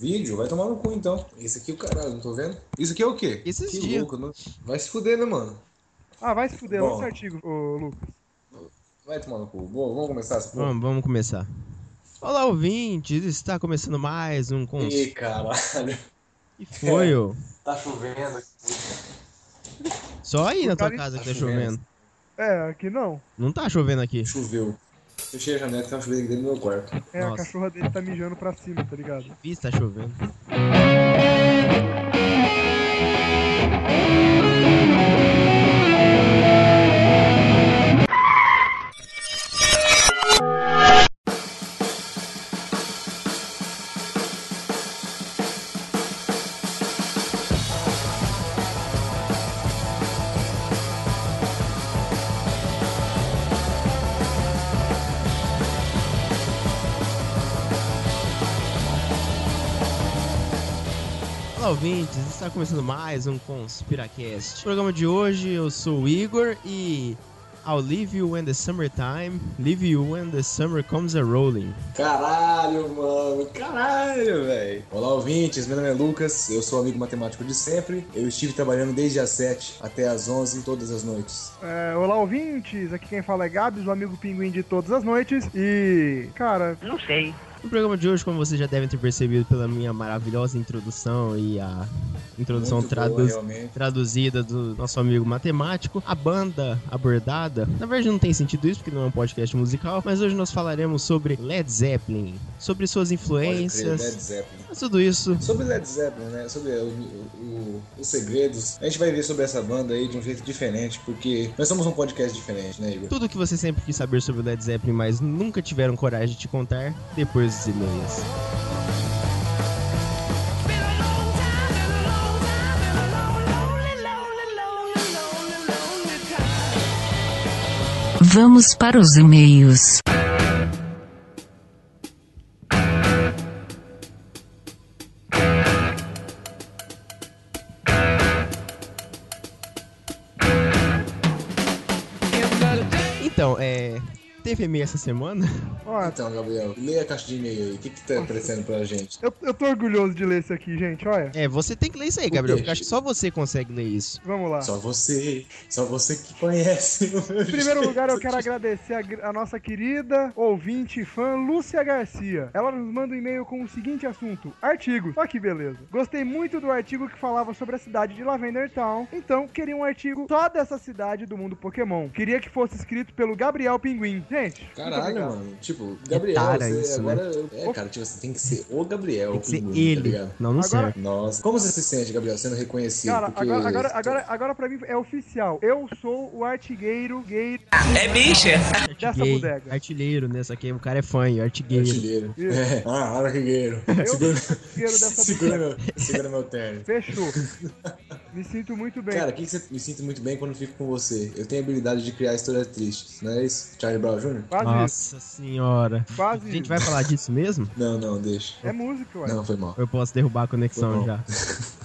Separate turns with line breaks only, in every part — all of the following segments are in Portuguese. Vídeo? Vai tomar no cu então. Esse aqui é o caralho, não tô vendo? Isso aqui é o quê?
Esses
que
dias.
louco, não... vai se fuder, né, mano?
Ah, vai se fuder,
Bom.
lança artigo, ô Lucas.
Vai tomar no cu. Boa, vamos começar essa porra.
Vamos, vamos começar. Olá, ouvintes. Está começando mais um cons...
Ih, caralho.
E foi, ô.
Tá chovendo.
Só aí na tua
Cara,
casa que
tá
tá chovendo.
É, aqui não.
Não tá chovendo aqui.
Choveu. Fechei a janela que tava chovendo aqui dentro do meu quarto.
É,
Nossa.
a cachorra dele tá mijando pra cima, tá ligado?
Vi, tá chovendo. Olá, ouvintes. Está começando mais um Conspiracast. No programa de hoje, eu sou o Igor e... I'll leave you when the summertime, leave you when the summer comes a rolling.
Caralho, mano, caralho, velho. Olá, ouvintes, meu nome é Lucas, eu sou amigo matemático de sempre. Eu estive trabalhando desde as 7 até as 11 todas as noites.
É, olá, ouvintes. Aqui quem fala é Gabs, o amigo pinguim de todas as noites. E, cara,
No programa de hoje, como vocês já devem ter percebido pela minha maravilhosa introdução e a introdução
Muito boa,
traduz,
realmente.
traduzida do nosso amigo matemático, a banda abordada. Na verdade, não tem sentido isso, porque não é um podcast musical, mas hoje nós falaremos sobre Led Zeppelin, sobre suas
Pode crer, né, Led
influências,
Zeppelin.
tudo isso.
Sobre Led Zeppelin, né? Sobre o- o- o- os segredos. A gente vai ver sobre essa banda aí de um jeito diferente, porque nós somos um podcast diferente, né, Igor?
Tudo que você sempre quis saber sobre o Led Zeppelin, mas nunca tiveram coragem de te contar, depois dos e-mails.
Been a long time, been a long time, been a long, lonely, lonely, lonely, lonely, lonely time.
Vamos para os e-mails.
Então, é. Teve e-mail essa semana?
ó,
Então, Gabriel, lê a caixa de e-mail aí. O que, que tá aparecendo pra gente?
eu, eu tô orgulhoso de ler isso aqui, gente, olha.
É, você tem que ler isso aí, Gabriel,
quê?
porque acho que só você consegue ler isso.
Vamos lá.
Só você, só você que conhece o meu
Em primeiro lugar, eu quero agradecer a, gr- a nossa querida ouvinte e fã Lúcia Garcia. Ela nos manda um e-mail com o seguinte assunto: artigos. Olha que beleza. Gostei muito do artigo que falava sobre a cidade de Lavender Town, então queria um artigo só dessa cidade do mundo Pokémon. Queria que fosse escrito pelo Gabriel Pinguim. Gente, muito
Caralho,
obrigado.
mano. Tipo, Gabriel,
tara
você
isso, né?
agora. É, cara, tipo, você tem que ser o Gabriel.
Tem que ser
Pinguim, Tá
ele.
ligado?
não, não
Agora-
serve.
Nossa. Como você se sente, Gabriel, sendo reconhecido?
Cara,
Porque-
agora, agora, agora, agora pra mim é oficial. Eu sou o artigueiro gay dessa
Gay,
bodega.
Artilheiro, né? Só que o cara é fã, e artilheiro.
Artilheiro.
Isso.
É. Ah, artilheiro. Segura,
artilheiro dessa
segura, meu, segura meu terno.
Fechou. Me sinto muito bem.
Cara, o que, que você me sinto muito bem quando fico com você? Eu tenho a habilidade de criar histórias tristes, não é isso? Charlie Brown Jr.?
Quase isso,
Nossa senhora.
quase
A gente
isso.
vai falar disso mesmo?
Não, não, deixa.
É música, ué.
Não, foi mal.
Ou eu posso derrubar a conexão
Não.
já?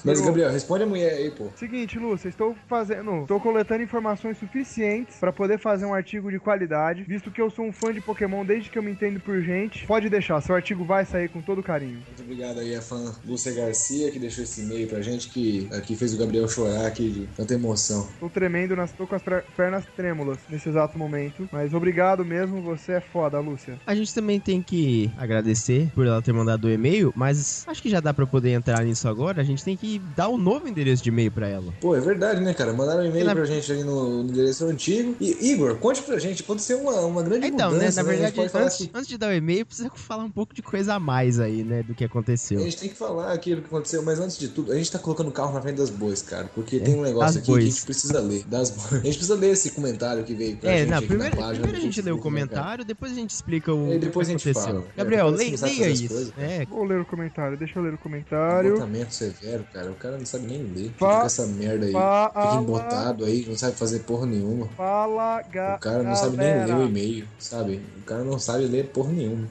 Mas, Gabriel, responde a mulher aí, pô.
Seguinte, Lúcia, estou fazendo, estou coletando informações suficientes para poder fazer um artigo de qualidade, visto que eu sou um fã de Pokémon desde que eu me entendo por gente. Pode deixar, seu artigo vai sair com todo carinho.
Muito obrigado aí a fã Lúcia Garcia, que deixou esse e-mail pra gente, que aqui fez o Gabriel chorar aqui de tanta emoção.
Tô tremendo, nas, tô com as per- pernas trêmulas nesse exato momento, mas obrigado mesmo, você é foda, Lúcia.
A gente também tem que agradecer por ela ter mandado o e-mail, mas acho que já dá pra poder entrar nisso agora. A gente tem que dar o novo endereço de e-mail pra ela.
Pô, é verdade, né, cara? Mandaram um e-mail
E na-
pra gente ali no, no endereço antigo. E, Igor, conte pra gente, pode ser uma, uma grande
Então, né?
mudança,
Na
A gente
verdade,
pode falar assim,
antes,
que-
antes de dar o e-mail, precisa falar um pouco de coisa a mais aí, né? Do que
A
aconteceu.
gente tem que falar aquilo que aconteceu, mas antes de tudo, a gente tá colocando o carro na frente das bois, cara. Porque tem um
É, das
negócio aqui
bois.
que a gente precisa ler. Das bois. A gente precisa ler esse comentário que veio pra
É,
gente
não,
aqui
primeiro,
na página.
primeiro a
do
gente lê o
Facebook, né, cara?
comentário, depois a gente explica o
E depois
que
a gente
aconteceu.
fala. É,
Gabriel,
depois
leia,
você sabe
leia
fazer as
isso.
coisas.
É,
Vou ler o comentário, deixa eu ler o comentário.
Comportamento severo, cara. O cara não sabe nem ler.
Fa-
Fica com essa merda aí. Fica
Fala,
embotado aí, não sabe fazer porra nenhuma.
fala, ga
O cara não sabe nem ler
galera.
o e-mail, sabe? O cara não sabe ler porra nenhuma.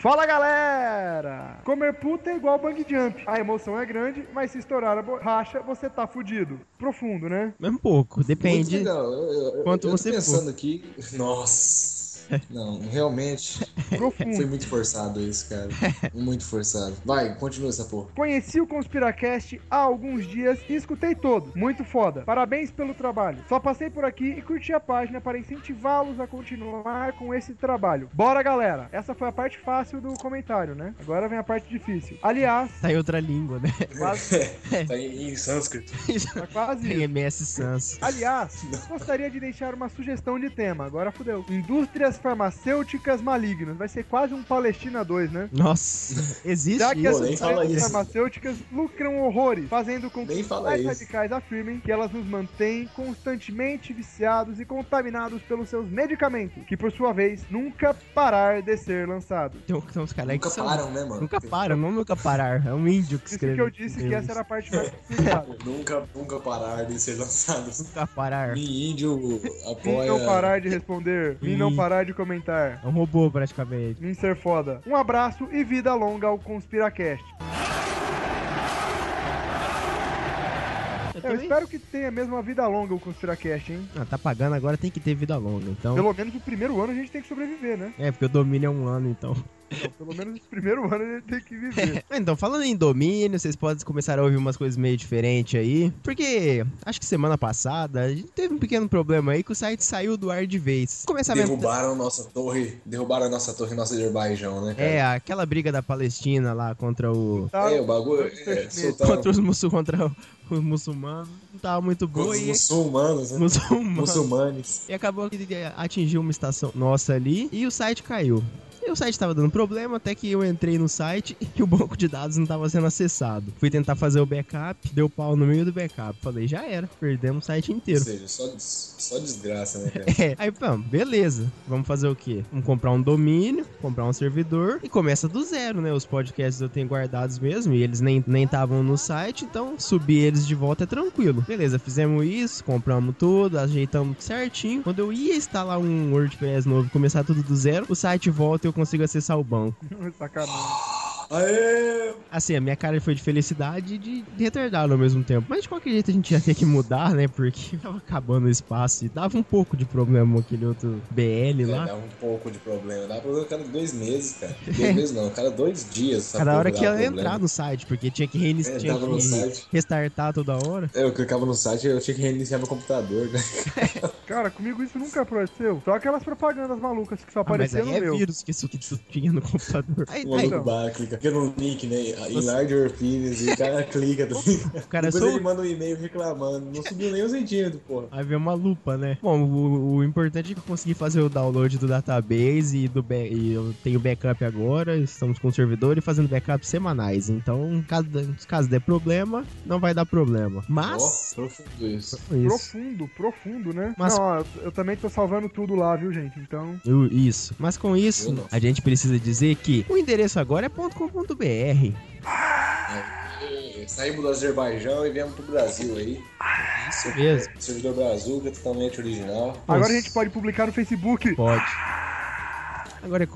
Fala galera! Comer puta é igual bang jump. A emoção é grande, mas se estourar a borracha, você tá fudido. Profundo, né?
mesmo pouco.
Muito
Depende.
legal. Eu, eu,
Quanto
eu tô
você É.
pensando aqui. Nossa. Não, realmente foi
Profundo.
muito forçado isso, cara. Muito forçado. Vai, continua essa porra.
Conheci o Conspiracast há alguns dias e escutei todo. Muito foda. Parabéns pelo trabalho. Só passei por aqui e curti a página para incentivá-los a continuar com esse trabalho. Bora, galera! Essa foi a parte fácil do comentário, né? Agora vem a parte difícil. Aliás,
Tá em outra língua, né?
quase,
É.
Tá em, em sânscrito.
tá quase
Tem
isso.
MS Sans.
Aliás, gostaria de deixar uma sugestão de tema. Agora fudeu. Indústrias farmacêuticas malignas. Vai ser quase um Palestina 2, né?
Nossa, existe
Já que as
Pô, nem
isso?
fala
empresas
isso.
farmacêuticas lucram horrores, fazendo com que
Nem
os
fala
mais
isso.
radicais afirmem que elas nos mantêm constantemente viciados e contaminados pelos seus medicamentos, que por sua vez nunca parar de ser lançados.
Tem, um- tem uns caras aí que
Nunca
são...
param, né, mano?
Nunca param, não nunca parar. É um índio que
Isso
escreve.
que eu disse que essa era a parte mais complicada.
Nunca, nunca parar de ser lançados.
Nunca parar.
Mi índio
Me
apoia.
não parar de responder, me não
Ih.
parar de comentar.
É um robô, praticamente.
Mim ser foda. Um abraço e vida longa ao Conspiracast.
Eu
Eu
também-
espero que tenha mesmo uma vida longa o Conspiracast, hein?
Ah, tá pagando agora, tem que ter vida longa, então...
Pelo menos o primeiro ano a gente tem que sobreviver, né?
É, porque o domínio é um ano, então.
Então, pelo menos o primeiro ano a gente tem que viver.
Então, falando em domínio, vocês podem começar a ouvir umas coisas meio diferentes aí. Porque acho que semana passada a gente teve um pequeno problema aí que o site saiu do ar de vez. Começaram a entrar-
Derrubaram nossa torre. Derrubaram a nossa torre, nossa Azerbaijão, né, cara?
É, aquela briga da Palestina lá contra o.
Tá?
É, o bagulho. É, soltaram
Contra os, muçul... contra o- os muçulmanos. Não tava muito
contra
boa
os
e.
muçulmanos, né?
Muçulmanos.
Muçulmanes.
E acabou que atingiu uma estação nossa ali e o site caiu. E o site tava dando problema, até que eu entrei no site e o banco de dados não tava sendo acessado. Fui tentar fazer o backup, deu pau no meio do backup. Falei, já era, perdemos o site
Ou
inteiro.
seja, só, des- só desgraça, né, cara?
É, aí, pô, beleza. Vamos fazer o quê? Vamos comprar um domínio, comprar um servidor e começa do zero, né? Os podcasts eu tenho guardados mesmo e eles nem estavam nem tavam no site, então subir eles de volta é tranquilo. Beleza, fizemos isso, compramos tudo, ajeitamos certinho. Quando eu ia instalar um WordPress novo, começar tudo do zero, o site volta e eu consigo acessar o banco.
Sacanagem.
Aê!
Assim, a minha cara foi de felicidade e de retardado ao mesmo tempo. Mas de qualquer jeito a gente ia ter que mudar, né? Porque tava acabando o espaço e dava um pouco de problema aquele outro BL lá.
É, dá um pouco de problema. Dá problema a cada dois meses, cara. Dois meses não, a cada dois dias. essa
Cada
porra
hora
dá um
que ela ia
problema.
entrar no site, porque tinha que, reini-
Tá né? É,
tinha
tava no
que
site. É,
restartar toda hora.
Eu clicava no site eu tinha que reiniciar meu computador, né?
Cara, comigo isso nunca aconteceu. Só aquelas propagandas malucas que só
Ah, mas
apareciam
aí
no
é
meu.
vírus que isso que isso tinha no computador. Aí,
O
aí,
maluco
então.
barra, clica. Clica no link, né?
Você-
Enlarge your penis e o cara clica. tá ligado?
o cara
Depois
só.
ele manda um e-mail reclamando. Não subiu nem um centímetro, porra.
Aí vem uma lupa, né? Bom, o, o importante é que eu consegui fazer o download do database e, do ba- e eu tenho backup agora. Estamos com o servidor e fazendo backup semanais. Então, caso, caso der problema, não vai dar problema. Mas.
Ó, profundo isso.
Isso.
Profundo, profundo, né?
Mas-
Não, ó, eu- eu também tô salvando tudo lá, viu, gente? Então,
Eu- Isso. Mas com isso,
Eu não.
a gente precisa dizer que o endereço agora é .com.br.
É, Saímos do Azerbaijão e viemos pro Brasil aí.
Ah, Isso mesmo.
Servidor Brazuca, totalmente original.
agora a gente pode publicar no Facebook.
Pode. Agora é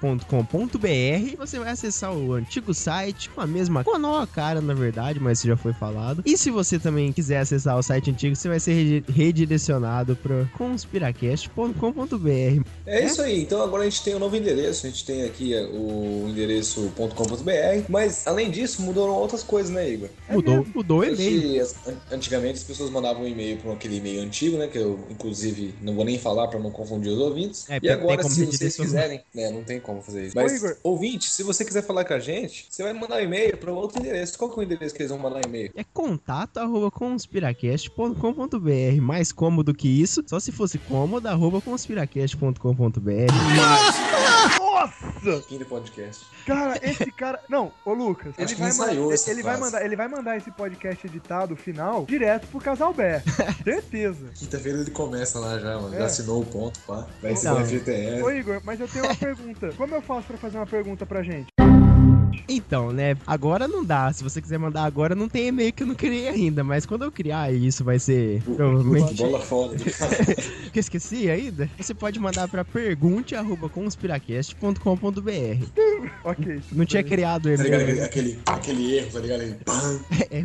conspiracast.com.br. Você vai acessar o antigo site com a mesma. com a nova cara, na verdade, mas isso já foi falado. E se você também quiser acessar o site antigo, você vai ser redi- redirecionado para conspiracast.com.br.
É isso aí, então agora a gente tem um novo endereço, a gente tem aqui é, o endereço .com.br, mas além disso mudaram outras coisas, né, Igor?
Mudou, É mudou o e-mail.
Hoje, as- an- antigamente as pessoas mandavam um e-mail para aquele e-mail antigo, né? Que eu, inclusive, não vou nem falar para não confundir os ouvintes.
É, porque
e
não
agora,
tem como
se
pedir
vocês
isso, né?
quiserem, né? Não tem como fazer isso.
Ô,
Mas,
Igor.
ouvinte, se você quiser falar com a gente, você vai mandar um e-mail para outro endereço. Qual que é o endereço que eles vão mandar e-mail?
É contato arroba conspiracast.com.br. Mais cômodo que isso, só se fosse cômodo arroba conspiracast.com.br.
Nossa!
Fim do podcast.
Cara, esse cara. Não, ô Lucas,
Acho
ele
que
vai,
não
mandar,
saiu essa
ele, vai
frase.
mandar, ele vai mandar esse podcast editado final direto pro Casal Bé. Certeza.
Quinta-feira ele começa lá já, mano.
É.
Já assinou o ponto, pá. Vai ser
Não.
o FTS.
Ô Igor, mas eu tenho uma pergunta. Como eu faço pra fazer uma pergunta pra gente?
Então, né? Agora não dá. Se você quiser mandar agora, não tem e-mail que eu não criei ainda. Mas quando eu criar, isso vai ser provavelmente
Bola fora.
que eu esqueci ainda. Você pode mandar pra pergunte@conspiracast.com.br.
Ok.
Não tinha criado o
Tá ligado?
e-mail.
Aquele, aquele, aquele erro, tá ligado? Ele- Pam.
É,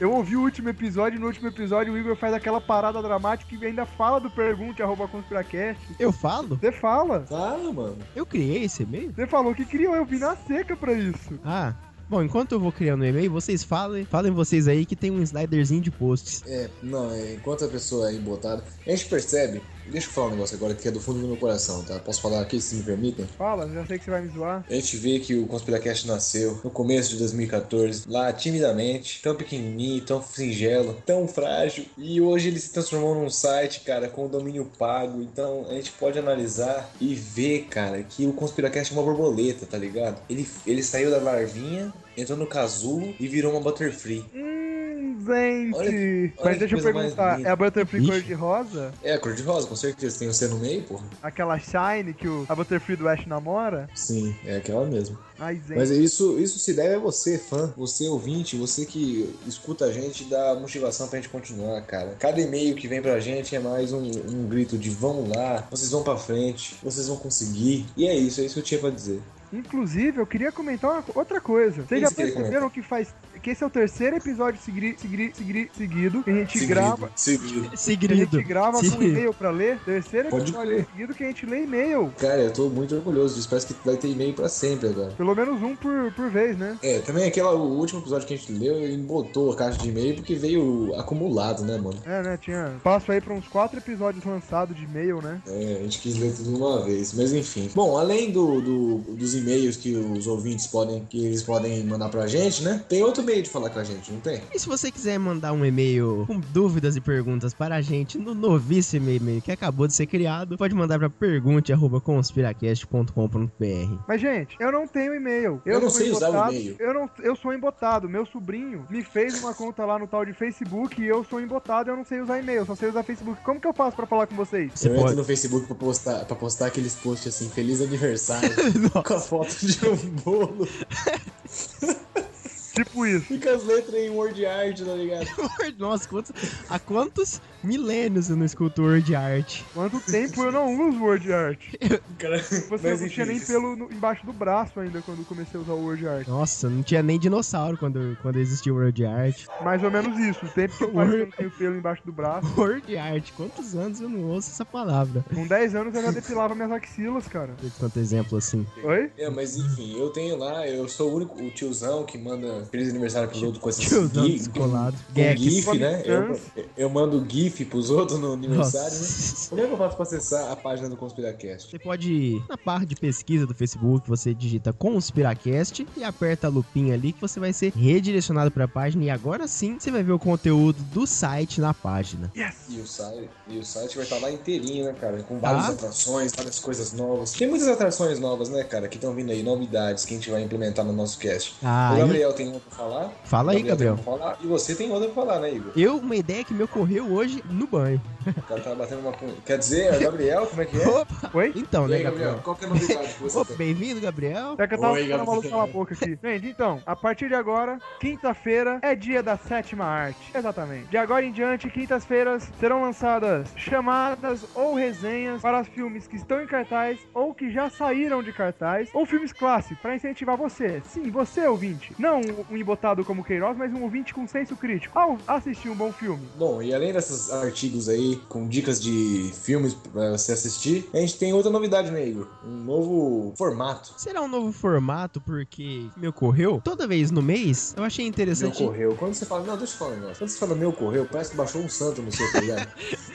Eu ouvi o último episódio, e no último episódio o Igor faz aquela parada dramática e ainda fala do pergunte arroba conspiracast.
eu falo?
Você fala.
Ah, mano.
Eu criei esse e-mail?
Você falou que criou, eu vi na seca pra isso.
Ah. Bom, enquanto eu vou criando o e-mail, vocês falem, falem vocês aí que tem um sliderzinho de posts.
É, não, é, enquanto a pessoa é embotada, a gente percebe. Deixa eu falar um negócio agora que é do fundo do meu coração, tá? Posso falar aqui, se me permitem?
Fala, já sei que você vai me zoar.
A gente vê que o Conspiracast nasceu no começo de 2014, lá timidamente, tão pequenininho, tão singelo, tão frágil. E hoje ele se transformou num site, cara, com um domínio pago. Então a gente pode analisar e ver, cara, que o Conspiracast é uma borboleta, tá ligado? Ele, ele saiu da larvinha, entrou no casulo e virou uma Butterfree.
Hum, gente.
Olha- olha
Mas
que
deixa eu
coisa mais
perguntar,
linda.
é a Butterfree
Ixi.
cor de rosa?
É, a cor de rosa, com certeza. Tem o C no meio, porra.
Aquela Shine que o, a Butterfree do Ash namora?
Sim, é aquela mesmo.
Ai, gente.
Mas isso, isso se deve a você, fã, você ouvinte, você que escuta a gente, dá motivação pra gente continuar, cara. Cada e-mail que vem pra gente é mais um, um grito de vamos lá, vocês vão pra frente, vocês vão conseguir. E é isso, é isso que eu tinha pra dizer.
Inclusive, eu queria comentar uma, outra coisa. Vocês já
Isso que eu ia
perceberam que faz. Que esse é o terceiro episódio segui, segui, segui, seguido que a gente
Seguido,
grava.
Seguido.
Que a
Segredo.
gente grava
Sim.
com e-mail pra ler. Terceiro
Pode
episódio
crer.
seguido que a gente lê e-mail.
Cara, eu tô muito orgulhoso disso, parece que vai ter e-mail pra sempre agora.
Pelo menos um por, por vez, né?
É, também aquela, o último episódio que a gente leu, ele botou a caixa de e-mail porque veio acumulado, né, mano?
É, né? Tinha. Passo aí pra uns quatro episódios lançados de e-mail, né?
É, a gente quis ler tudo de uma vez, mas enfim. Bom, além do, do- dos e-mails que os ouvintes podem, que eles podem mandar pra gente, né? Tem outro meio de falar com a gente, não tem?
E se você quiser mandar um e-mail com dúvidas e perguntas para a gente no novíssimo e-mail que acabou de ser criado, pode mandar para pergunte@conspiracast.com.br.
Mas, gente, eu não tenho e-mail.
Eu não
sou
sei usar o
embotado,
e-mail.
Eu, não, eu sou embotado. Meu sobrinho me fez uma conta lá no tal de Facebook e eu sou embotado eu não sei usar e-mail. eu Só sei usar Facebook. Como que eu faço pra falar com vocês?
Você
eu entro
pode.
no Facebook pra postar, pra postar aqueles posts assim, feliz aniversário, com a foto de um bolo
Tipo isso.
e com as letras em word art, tá ligado?
Nossa, quantos, há quantos milênios eu não escuto word art?
Quanto tempo eu não uso Word Art?
Cara,
Você
mas
não tinha
enfim,
nem pelo no- embaixo do braço ainda quando eu comecei a usar o Word Art.
Nossa, não tinha nem dinossauro quando, quando existia o word art.
Mais ou menos isso. O tempo que eu faço que eu não tenho pelo embaixo do braço.
Word art, quantos anos eu não ouço essa palavra?
Com 10 anos eu já depilava minhas axilas, cara.
Quanto exemplo assim.
Oi?
É, mas enfim, eu tenho lá, eu sou o único o tiozão que manda feliz aniversário pros outros com esses
Tiozão
gif-
descolado.
com
Gex.
GIF, né? Eu, eu mando GIF pros outros no aniversário, né?
Nossa.
Como é que eu faço pra acessar a página do Conspiracast?
Você pode ir na barra de pesquisa do Facebook, você digita Conspiracast e aperta a lupinha ali que você vai ser redirecionado para a página e agora sim você vai ver o conteúdo do site na página.
Yes!
E o, site, e o site vai estar lá inteirinho, né, cara? Com várias
Tá.
atrações, várias coisas novas. Tem muitas atrações novas, né, cara? Que estão vindo aí, novidades que a gente vai implementar no nosso cast.
Ah,
o
e-
Gabriel tem uma pra falar.
Fala aí,
Gabriel tem
Gabriel.
uma pra falar. E você tem outra pra falar, né, Igor?
Eu, uma ideia que me ocorreu hoje no banho.
O cara tá batendo uma punha. Quer dizer, é o Gabriel? Como é que é?
Opa!
Oi?
Então,
E
né,
aí, Gabriel,
Gabriel?
qual que é a novidade que você
Opa,
tem?
bem-vindo, Gabriel.
Já É que eu tava
Oi,
ficando
Gabriel.
maluco pela boca aqui. Gente, então, a partir de agora, quinta-feira é dia da sétima arte. Exatamente. De agora em diante, quintas-feiras serão lançadas chamadas ou resenhas para os filmes que estão em cartaz ou que já saíram de cartaz, ou filmes clássicos, para incentivar você. Sim, você, ouvinte. Não um embotado como Queiroz, mas um ouvinte com senso crítico. Ao assistir um bom filme.
Bom, e além desses artigos aí com dicas de filmes pra você assistir, a gente tem outra novidade, né, Igor? Um novo formato.
Será um novo formato, porque me ocorreu toda vez no mês, eu achei
Meu
interessante.
correu. Quando você fala, não, deixa eu falar um negócio. Quando você fala meu correu, parece que baixou um santo no seu, tá ligado?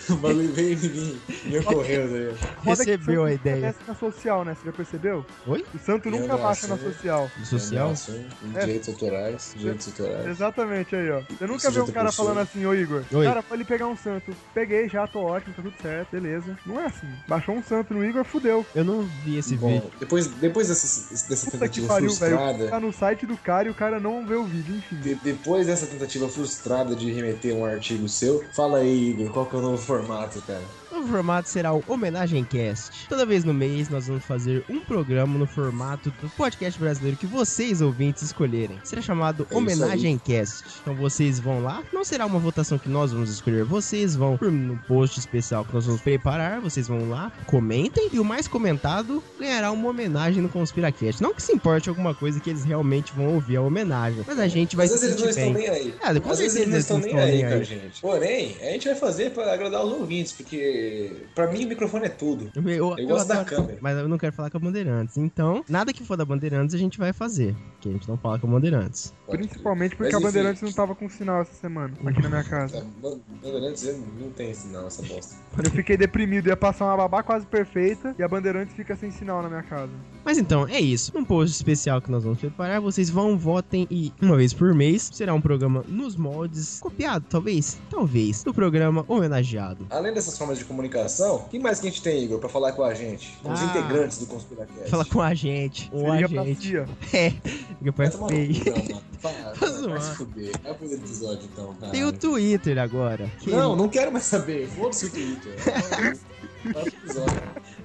O bagulho veio de mim. Meu correu, tá ligado?
Foda que o
Recebeu
santo
a
nunca
ideia.
desce na social, né? Você já percebeu?
Oi?
O santo
Meu
nunca baixa na
Deus.
social.
Do social?
Assim,
É.
direitos autorais, direitos autorais.
Exatamente aí, ó. Você nunca viu
sujeito
um cara
pessoa.
falando assim, ô Igor,
Oi.
cara, pode pegar um santo. Peguei já, tô ótimo, tá tudo certo, beleza. Não é assim. Baixou um santo no Igor, fudeu.
Eu não vi esse
Bom,
vídeo.
depois, depois dessa, dessa
Puta que
tentativa
pariu, velho.
frustrada.
Tá no site do cara e o cara não vê o vídeo, enfim.
de- depois dessa tentativa frustrada de remeter um artigo seu, fala aí, Igor, qual que é o novo formato, cara?
Novo formato será o Homenagem Cast. Toda vez no mês nós vamos fazer um programa no formato do podcast brasileiro que vocês ouvintes escolherem. Será chamado
É isso
Homenagem Cast. Então vocês vão lá, não será uma votação que nós vamos escolher, vocês vão por- no post especial que nós vamos preparar, vocês vão lá, comentem e o mais comentado ganhará uma homenagem no Conspiracast. Não que se importe alguma coisa que eles realmente vão ouvir a homenagem, mas a gente vai
Às vezes
se
eles não
sentir
estão
bem.
nem aí.
Ah, com
Às vezes
certeza
eles não estão nem aí,
aí.
cara, gente. Porém, a gente vai fazer pra agradar os ouvintes, porque pra mim o microfone é tudo.
Eu, eu,
Eu gosto da
adoro-
câmera.
Mas eu não quero falar com a Bandeirantes. Então, nada que for da Bandeirantes a gente vai fazer. Porque a gente não fala com a Bandeirantes.
Principalmente porque
Mas
a
enfim.
Bandeirantes não tava com sinal essa semana, aqui na minha casa.
Tá, ban- Bandeirantes eu não tem esse não, essa bosta.
Eu fiquei deprimido, ia passar uma babá quase perfeita e a Bandeirantes fica sem sinal na minha casa.
Mas então, é isso. Um post especial que nós vamos preparar. Vocês vão, votem e, uma vez por mês, será um programa nos moldes. Copiado, talvez? Talvez. Do programa homenageado.
Além dessas formas de comunicação, o que mais que a gente tem, Igor, pra falar com a gente? Com os
Ah.
integrantes do Conspiracast.
Fala com a gente. Ou a gente.
Cia.
É. Fica
Vai
pra
tomar
feio.
no cu, não, mano. Fala,
Tá
vai se
zoando.
fuder. Vai pro episódio então, cara.
Tem o Twitter agora. que-
Não, não quero mais saber. Foda-se o Twitter. Vai pro episódio.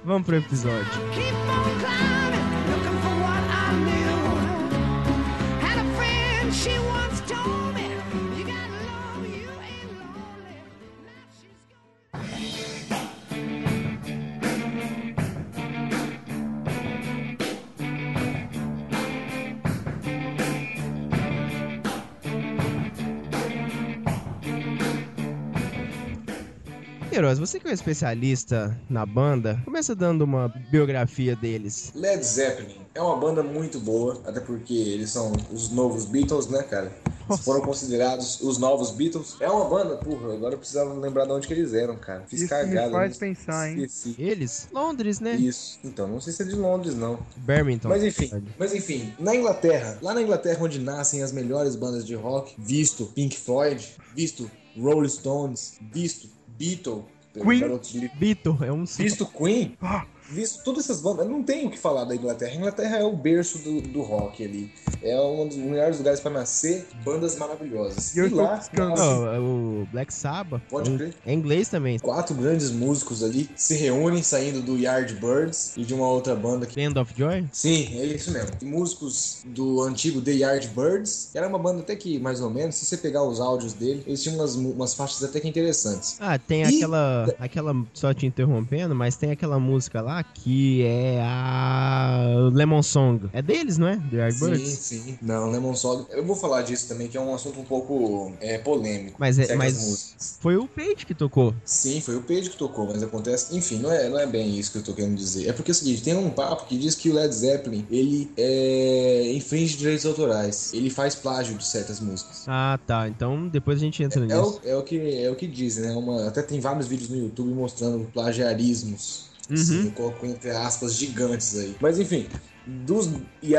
Vamos pro episódio.
Keep on climbing, looking for what I knew. Had a friend, she once told me, you got love, you ain't lonely. Now she's gone.
Queiroz, você que é um especialista na banda, começa dando uma biografia deles.
Led Zeppelin é uma banda muito boa, até porque eles são os novos Beatles, né, cara? Eles foram considerados os novos Beatles. É uma banda, porra, agora eu precisava lembrar de onde que eles eram, cara. Fiz
Isso me
cagada.
faz
não
pensar, hein?
Esqueci.
Eles? Londres, né?
Isso. Então, não sei se é de Londres, não.
Então,
Birmingham.
Mas enfim,
é
mas enfim, na Inglaterra, lá na Inglaterra onde nascem as melhores bandas de rock, visto Pink Floyd, visto Rolling Stones, visto Beatles,
Queen.
garotos de
Beatle é um só.
Visto Queen,
Ah.
visto todas essas bandas, não tem o que falar da Inglaterra. A Inglaterra é o berço do, do rock ali. É um dos melhores lugares pra nascer bandas maravilhosas.
E eu
E
estou
lá,
buscando.
nascem
Não, é o Black Sabbath.
um Pode
é um-
crer.
É inglês também.
quatro grandes músicos ali se reúnem saindo do Yardbirds e de uma outra banda que
Land of Joy?
Sim, é isso mesmo. E músicos do antigo The Yardbirds, que era uma banda até que, mais ou menos, se você pegar os áudios dele, eles tinham umas, mu- umas faixas até que interessantes.
Ah, tem
Ih!
aquela. Aquela. Só te interrompendo, mas tem aquela música lá que é a. Lemon Song. É deles, não é? The
Sim,
Yardbirds?
sim. Não, Lemon Soda. Eu vou falar disso também, que é um assunto um pouco é, polêmico.
Mas é-
Certas
mas-
músicas.
Foi o Page que tocou.
Sim, foi o Page que tocou, mas acontece. Enfim, não é, não é bem isso que eu tô querendo dizer. É porque é o seguinte: tem um papo que diz que o Led Zeppelin ele é, infringe direitos autorais. Ele faz plágio de certas músicas.
Ah, tá. Então depois a gente entra
É
nisso.
o, é o que, é o que dizem, né? Uma- até tem vários vídeos no YouTube mostrando plagiarismos.
Uhum.
Sim, eu coloco entre aspas gigantes aí. Mas enfim, dos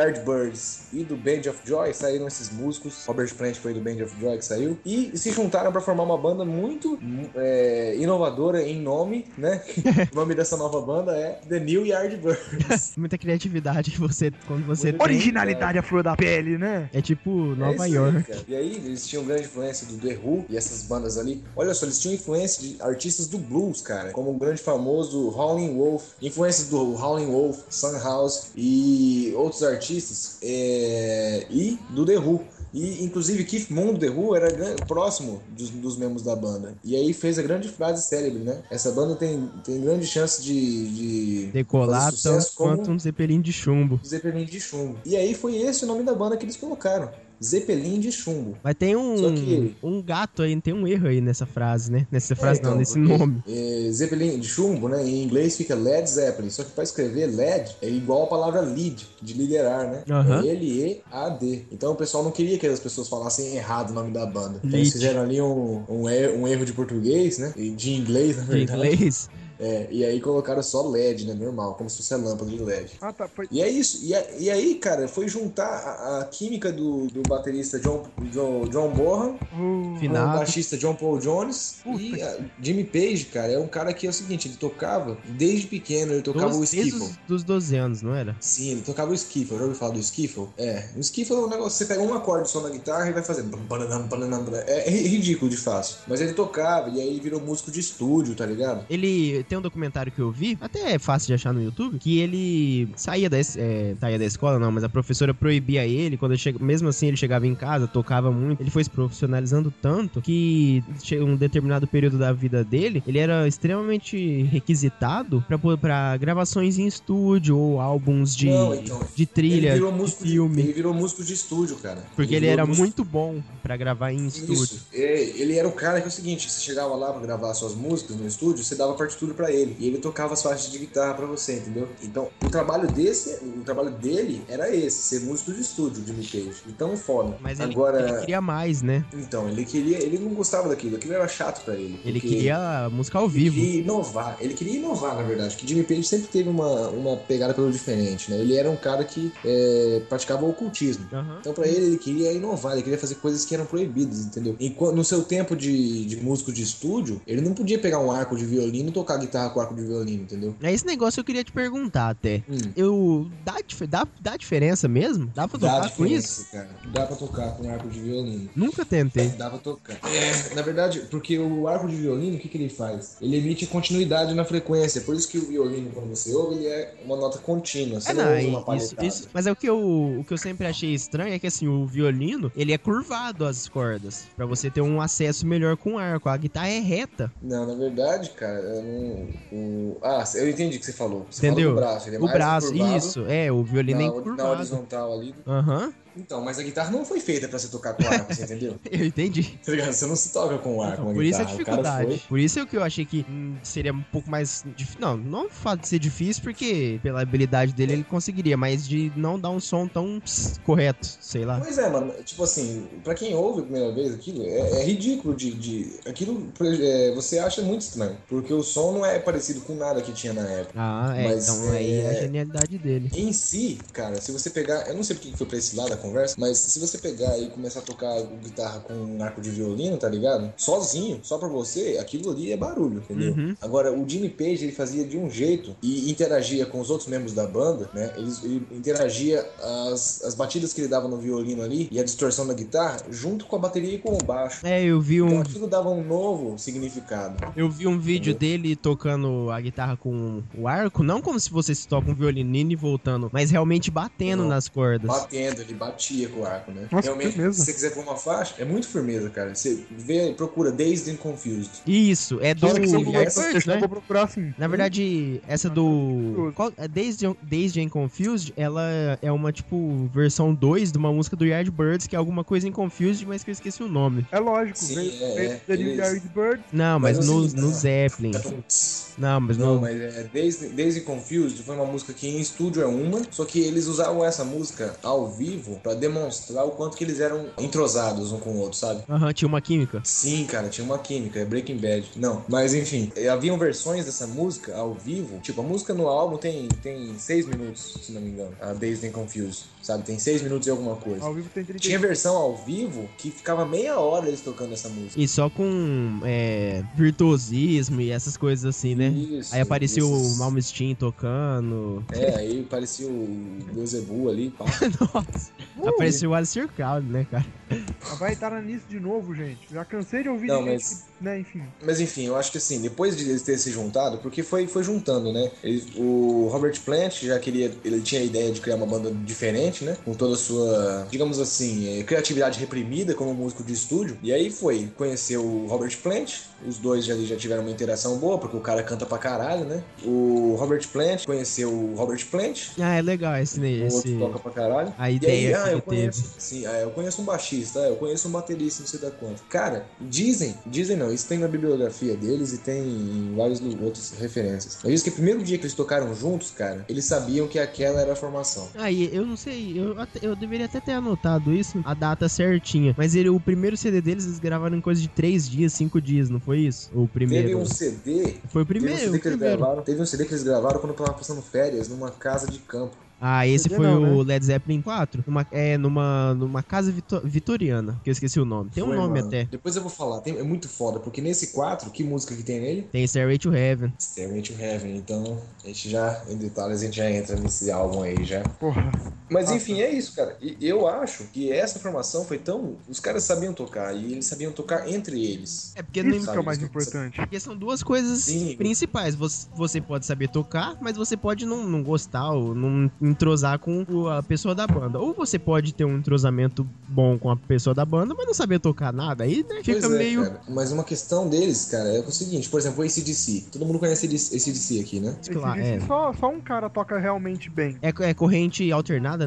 Yardbirds e do Band of Joy saíram esses músicos. Robert Plant foi do Band of Joy que saiu. E se juntaram pra formar uma banda muito é, inovadora em nome, né? o nome dessa nova banda é The New Yardbirds.
Muita criatividade que você. Quando você tem.
Originalidade à flor da pele, né?
É tipo
É isso
Nova
aí,
York.
cara. e aí eles tinham grande influência do The Who e essas bandas ali. Olha só, eles tinham influência de artistas do blues, cara, como o grande famoso Howlin' Wolf, influências do Howlin' Wolf, Sun House e outros artistas é, e do The Who. E, inclusive, Keith Moon do The Who era gran- próximo dos, dos membros da banda. E aí fez a grande frase célebre, né? Essa banda tem, tem grande chance de... de...
Decolar
fazer
tanto
sucesso como-
quanto um Zeppelin de chumbo.
Zeppelin de chumbo. E aí foi esse o nome da banda que eles colocaram. Zeppelin de chumbo.
Mas tem
Só
um,
que-
um gato aí, tem um erro aí nessa frase, né? Nessa frase
então,
não, nesse
porque-
nome.
É, Zeppelin de chumbo, né? Em inglês fica Led Zeppelin. Só que pra escrever Led é igual a palavra lead, de liderar, né?
Aham.
É L-E-A-D. Então o pessoal não queria que as pessoas falassem errado o nome da banda. Então, eles
Lead.
fizeram ali um, um er- um erro de português, né? E de inglês, na
De
verdade.
inglês.
É, e aí colocaram só LED, né? Normal, como se fosse a lâmpada de LED.
Ah, tá. Foi...
E é isso. E, a- e aí, cara, foi juntar a, a química do, do baterista John, John, John Bonham
Uh,
com
Final.
o
Nada.
baixista John Paul Jones e a- Jimmy Page, cara, é um cara que é o seguinte, ele tocava desde pequeno, ele tocava o
Doze- desde
skiffle.
os dos 12 anos, não era?
Sim, ele tocava o skiffle. Já ouviu falar do skiffle? É. O skiffle é um negócio, você pega um acorde só na guitarra e vai fazendo... bam, bananam, bananam, bananam. É, é ridículo de fácil. Mas ele tocava e aí ele virou músico de estúdio, tá ligado?
Ele tem um documentário que eu vi, até é fácil de achar no YouTube, que ele saía da, es- é, saía da escola, não, mas a professora proibia ele, quando ele chega, mesmo assim ele chegava em casa, tocava muito, ele foi se profissionalizando tanto que chega um determinado período da vida dele, ele era extremamente requisitado pra po- pra gravações em estúdio ou álbuns de,
Não, então,
de trilha,
ele virou
de
músico de,
filme.
ele virou músico de estúdio, cara.
Porque ele
virou
era
músico-
muito bom pra gravar em estúdio.
Isso. É, ele era o cara que é o seguinte, você chegava lá pra gravar suas músicas no estúdio, você dava partitura pra ele e ele tocava as faixas de guitarra pra você, entendeu? Então, o trabalho desse, o trabalho dele era esse, ser músico de estúdio, Jimmy Page. Então, foda.
Mas ele,
Agora,
ele queria mais, né?
então, ele queria, ele não gostava daquilo, aquilo era chato pra ele.
Ele
porque
queria música ao
ele
vivo.
queria inovar, ele queria inovar, na verdade, que Jimmy Page sempre teve uma, uma pegada pelo diferente, né? Ele era um cara que é, praticava ocultismo.
Aham.
Então, pra ele, ele queria inovar, ele queria fazer coisas que eram proibidas, entendeu? Enquanto, no seu tempo de, de músico de estúdio, ele não podia pegar um arco de violino e tocar guitarra com arco de violino, entendeu?
É esse negócio que eu queria te perguntar até.
Hum.
Eu. Dá, dif- dá, dá diferença mesmo? Dá pra tocar com
diferença,
isso?
cara. Dá pra tocar com arco de violino.
Nunca tentei.
Dá pra tocar. É, na verdade, porque o arco de violino, o que, que ele faz? Ele emite continuidade na frequência. Por isso que o violino, quando você ouve, ele é uma nota contínua. Você
É,
não,
não,
ouve uma
é isso,
palhetada.
isso- mas é o que, eu, o que eu sempre achei estranho é que assim, o violino, ele é curvado as cordas, Pra você ter um acesso melhor com o arco. A guitarra é reta.
Não, na verdade, cara, eu não. O... Ah, eu entendi o que você falou. Você
Entendeu?
falou do braço. Ele é
o
mais
braço,
curvado.
isso, é, o
Na,
violino é
na
curvado.
horizontal ali.
Aham,
Então, mas a guitarra não foi feita pra você tocar com arco, você entendeu?
eu entendi.
Tá ligado? Você não se toca com arco, uma
Então, Por isso a
guitarra. O cara
dificuldade. Por isso é o que eu achei que hum, seria um pouco mais difícil. Não, não o fato de ser difícil, porque pela habilidade dele ele conseguiria, mas de não dar um som tão ps, correto, sei lá.
Pois é, mano. Tipo assim, pra quem ouve a primeira vez aquilo, é, é ridículo de. de- Aquilo é, você acha muito estranho. Porque o som não é parecido com nada que tinha na época.
Ah, é,
Mas,
então aí é a
é,
genialidade dele.
Em si, cara, se você pegar. Eu não sei porque que foi pra esse lado a conversa, mas se você pegar e começar a tocar guitarra com um arco de violino, tá ligado? Sozinho, só pra você, aquilo ali é barulho, entendeu?
Uhum.
Agora, o Jimmy Page, ele fazia de um jeito e interagia com os outros membros da banda, né? Ele, ele interagia as, as batidas que ele dava no violino ali e a distorção da guitarra junto com a bateria e com o baixo.
É, eu vi
Então
um,
aquilo dava um novo significado.
eu vi um vídeo dele tocando a guitarra com o arco, não como se você se toca um violino e voltando, mas realmente batendo
Não.
nas cordas.
Batendo, ele batia com o arco, né?
Nossa,
Realmente,
firmeza.
se você quiser pôr uma faixa, é muito firmeza, cara. Você vê, procura Dazed and Confused.
Isso, é do
Olha que você
você
falou
Jack
essas
Bird,
eu
né?
vou procurar assim.
Na verdade, essa do. Qual, é Daisy, Daisy and Confused, ela é uma, tipo, versão 2 de uma música do Yardbirds, que é alguma coisa em Confused, mas que eu esqueci o nome.
É lógico.
Sim,
veio-
é,
veio
é,
da New
eles-
Yard Bird.
Não, mas,
Mas
no,
assim,
no
tá.
Zeppelin.
Dá um tss.
Não, mas
Não,
no.
mas é Days, Days and Confused foi uma música que em estúdio é uma, só que eles usavam essa música ao vivo pra demonstrar o quanto que eles eram entrosados um com o outro, sabe?
Aham, tinha uma química.
Sim, cara, tinha uma química, é Breaking Bad. Não, mas enfim, eh, haviam versões dessa música ao vivo. Tipo, a música no álbum tem, tem seis minutos, se não me engano. A Days and Confused, sabe? Tem seis minutos e alguma coisa.
Ao vivo tem 30.
Tinha versão ao vivo que ficava meia hora eles tocando essa música.
E só com é, virtuosismo e essas coisas assim, né?
Isso,
Aí apareceu
isso.
o Malmsteen tocando.
É, aí parecia o Beelzebub ali, pá.
Nossa. Apareceu o Alistair Crowley, né, cara?
Uh, Vai estar na nisso de novo, gente. Já cansei de ouvir
Não,
de gente
mas-
que- né, enfim.
Mas enfim, eu acho que assim, depois de eles terem se juntado, porque foi, foi juntando, né? Ele- o Robert Plant já queria, ele tinha a ideia de criar uma banda diferente, né? Com toda a sua, digamos assim, eh, criatividade reprimida como músico de estúdio. E aí foi, conheceu o Robert Plant, os dois já, já tiveram uma interação boa, porque o cara canta pra caralho, né? O Robert Plant conheceu o Robert Plant,
Ah, é legal esse.
o
esse...
Um outro toca pra caralho.
A
E aí,
ideia baixista
ah, eu
que teve.
conheço. Sim, ah, eu conheço um baixista, ah, eu conheço um baterista, não sei da quanto. Cara, dizem, dizem não, isso tem na bibliografia deles e tem em várias lu- outras referências. Mas diz que o primeiro dia que eles tocaram juntos, cara, eles sabiam que aquela era a formação.
Aí, eu não sei, eu, até- eu deveria até ter anotado isso, a data certinha. Mas ele, o primeiro CD deles, eles gravaram em coisa de três dias, cinco dias, não foi isso? O
Teve
primeiro.
um CD.
Foi o
Teve um,
primeiro,
CD
o
que eles
primeiro.
gravaram, teve um CD que eles gravaram quando estavam passando férias numa casa de campo.
Ah, esse
Podia
foi
não,
o Led Zeppelin 4? Numa, é, numa, numa casa vito- vitoriana, que eu esqueci o nome. Tem um
Foi,
nome
mano.
até.
Depois eu vou falar, tem- é muito foda, porque nesse 4, que música que tem nele?
Tem Stairway to Heaven.
Stairway to Heaven, então a gente já, em detalhes, a gente já entra nesse álbum aí já.
Porra.
Ah,
Mas
tá.
enfim, é isso, cara. E eu acho que essa formação foi tão. Os caras sabiam tocar e eles sabiam tocar entre eles.
É porque,
Isso
não,
sabe,
que é o mais
isso-
importante.
porque são duas coisas
Sim.
principais. Você, você pode saber tocar, mas você pode não, não gostar ou não entrosar com o- a pessoa da banda. Ou você pode ter um entrosamento bom com a pessoa da banda, mas não saber tocar nada. Aí né, fica
Pois é,
meio.
cara. Mas uma questão deles, cara, é o seguinte: por exemplo, o ACDC. Todo mundo conhece esse ACDC aqui, né?
Esse
Claro,
disco
é.
só, só um cara toca realmente bem.
É, co- é corrente alternada,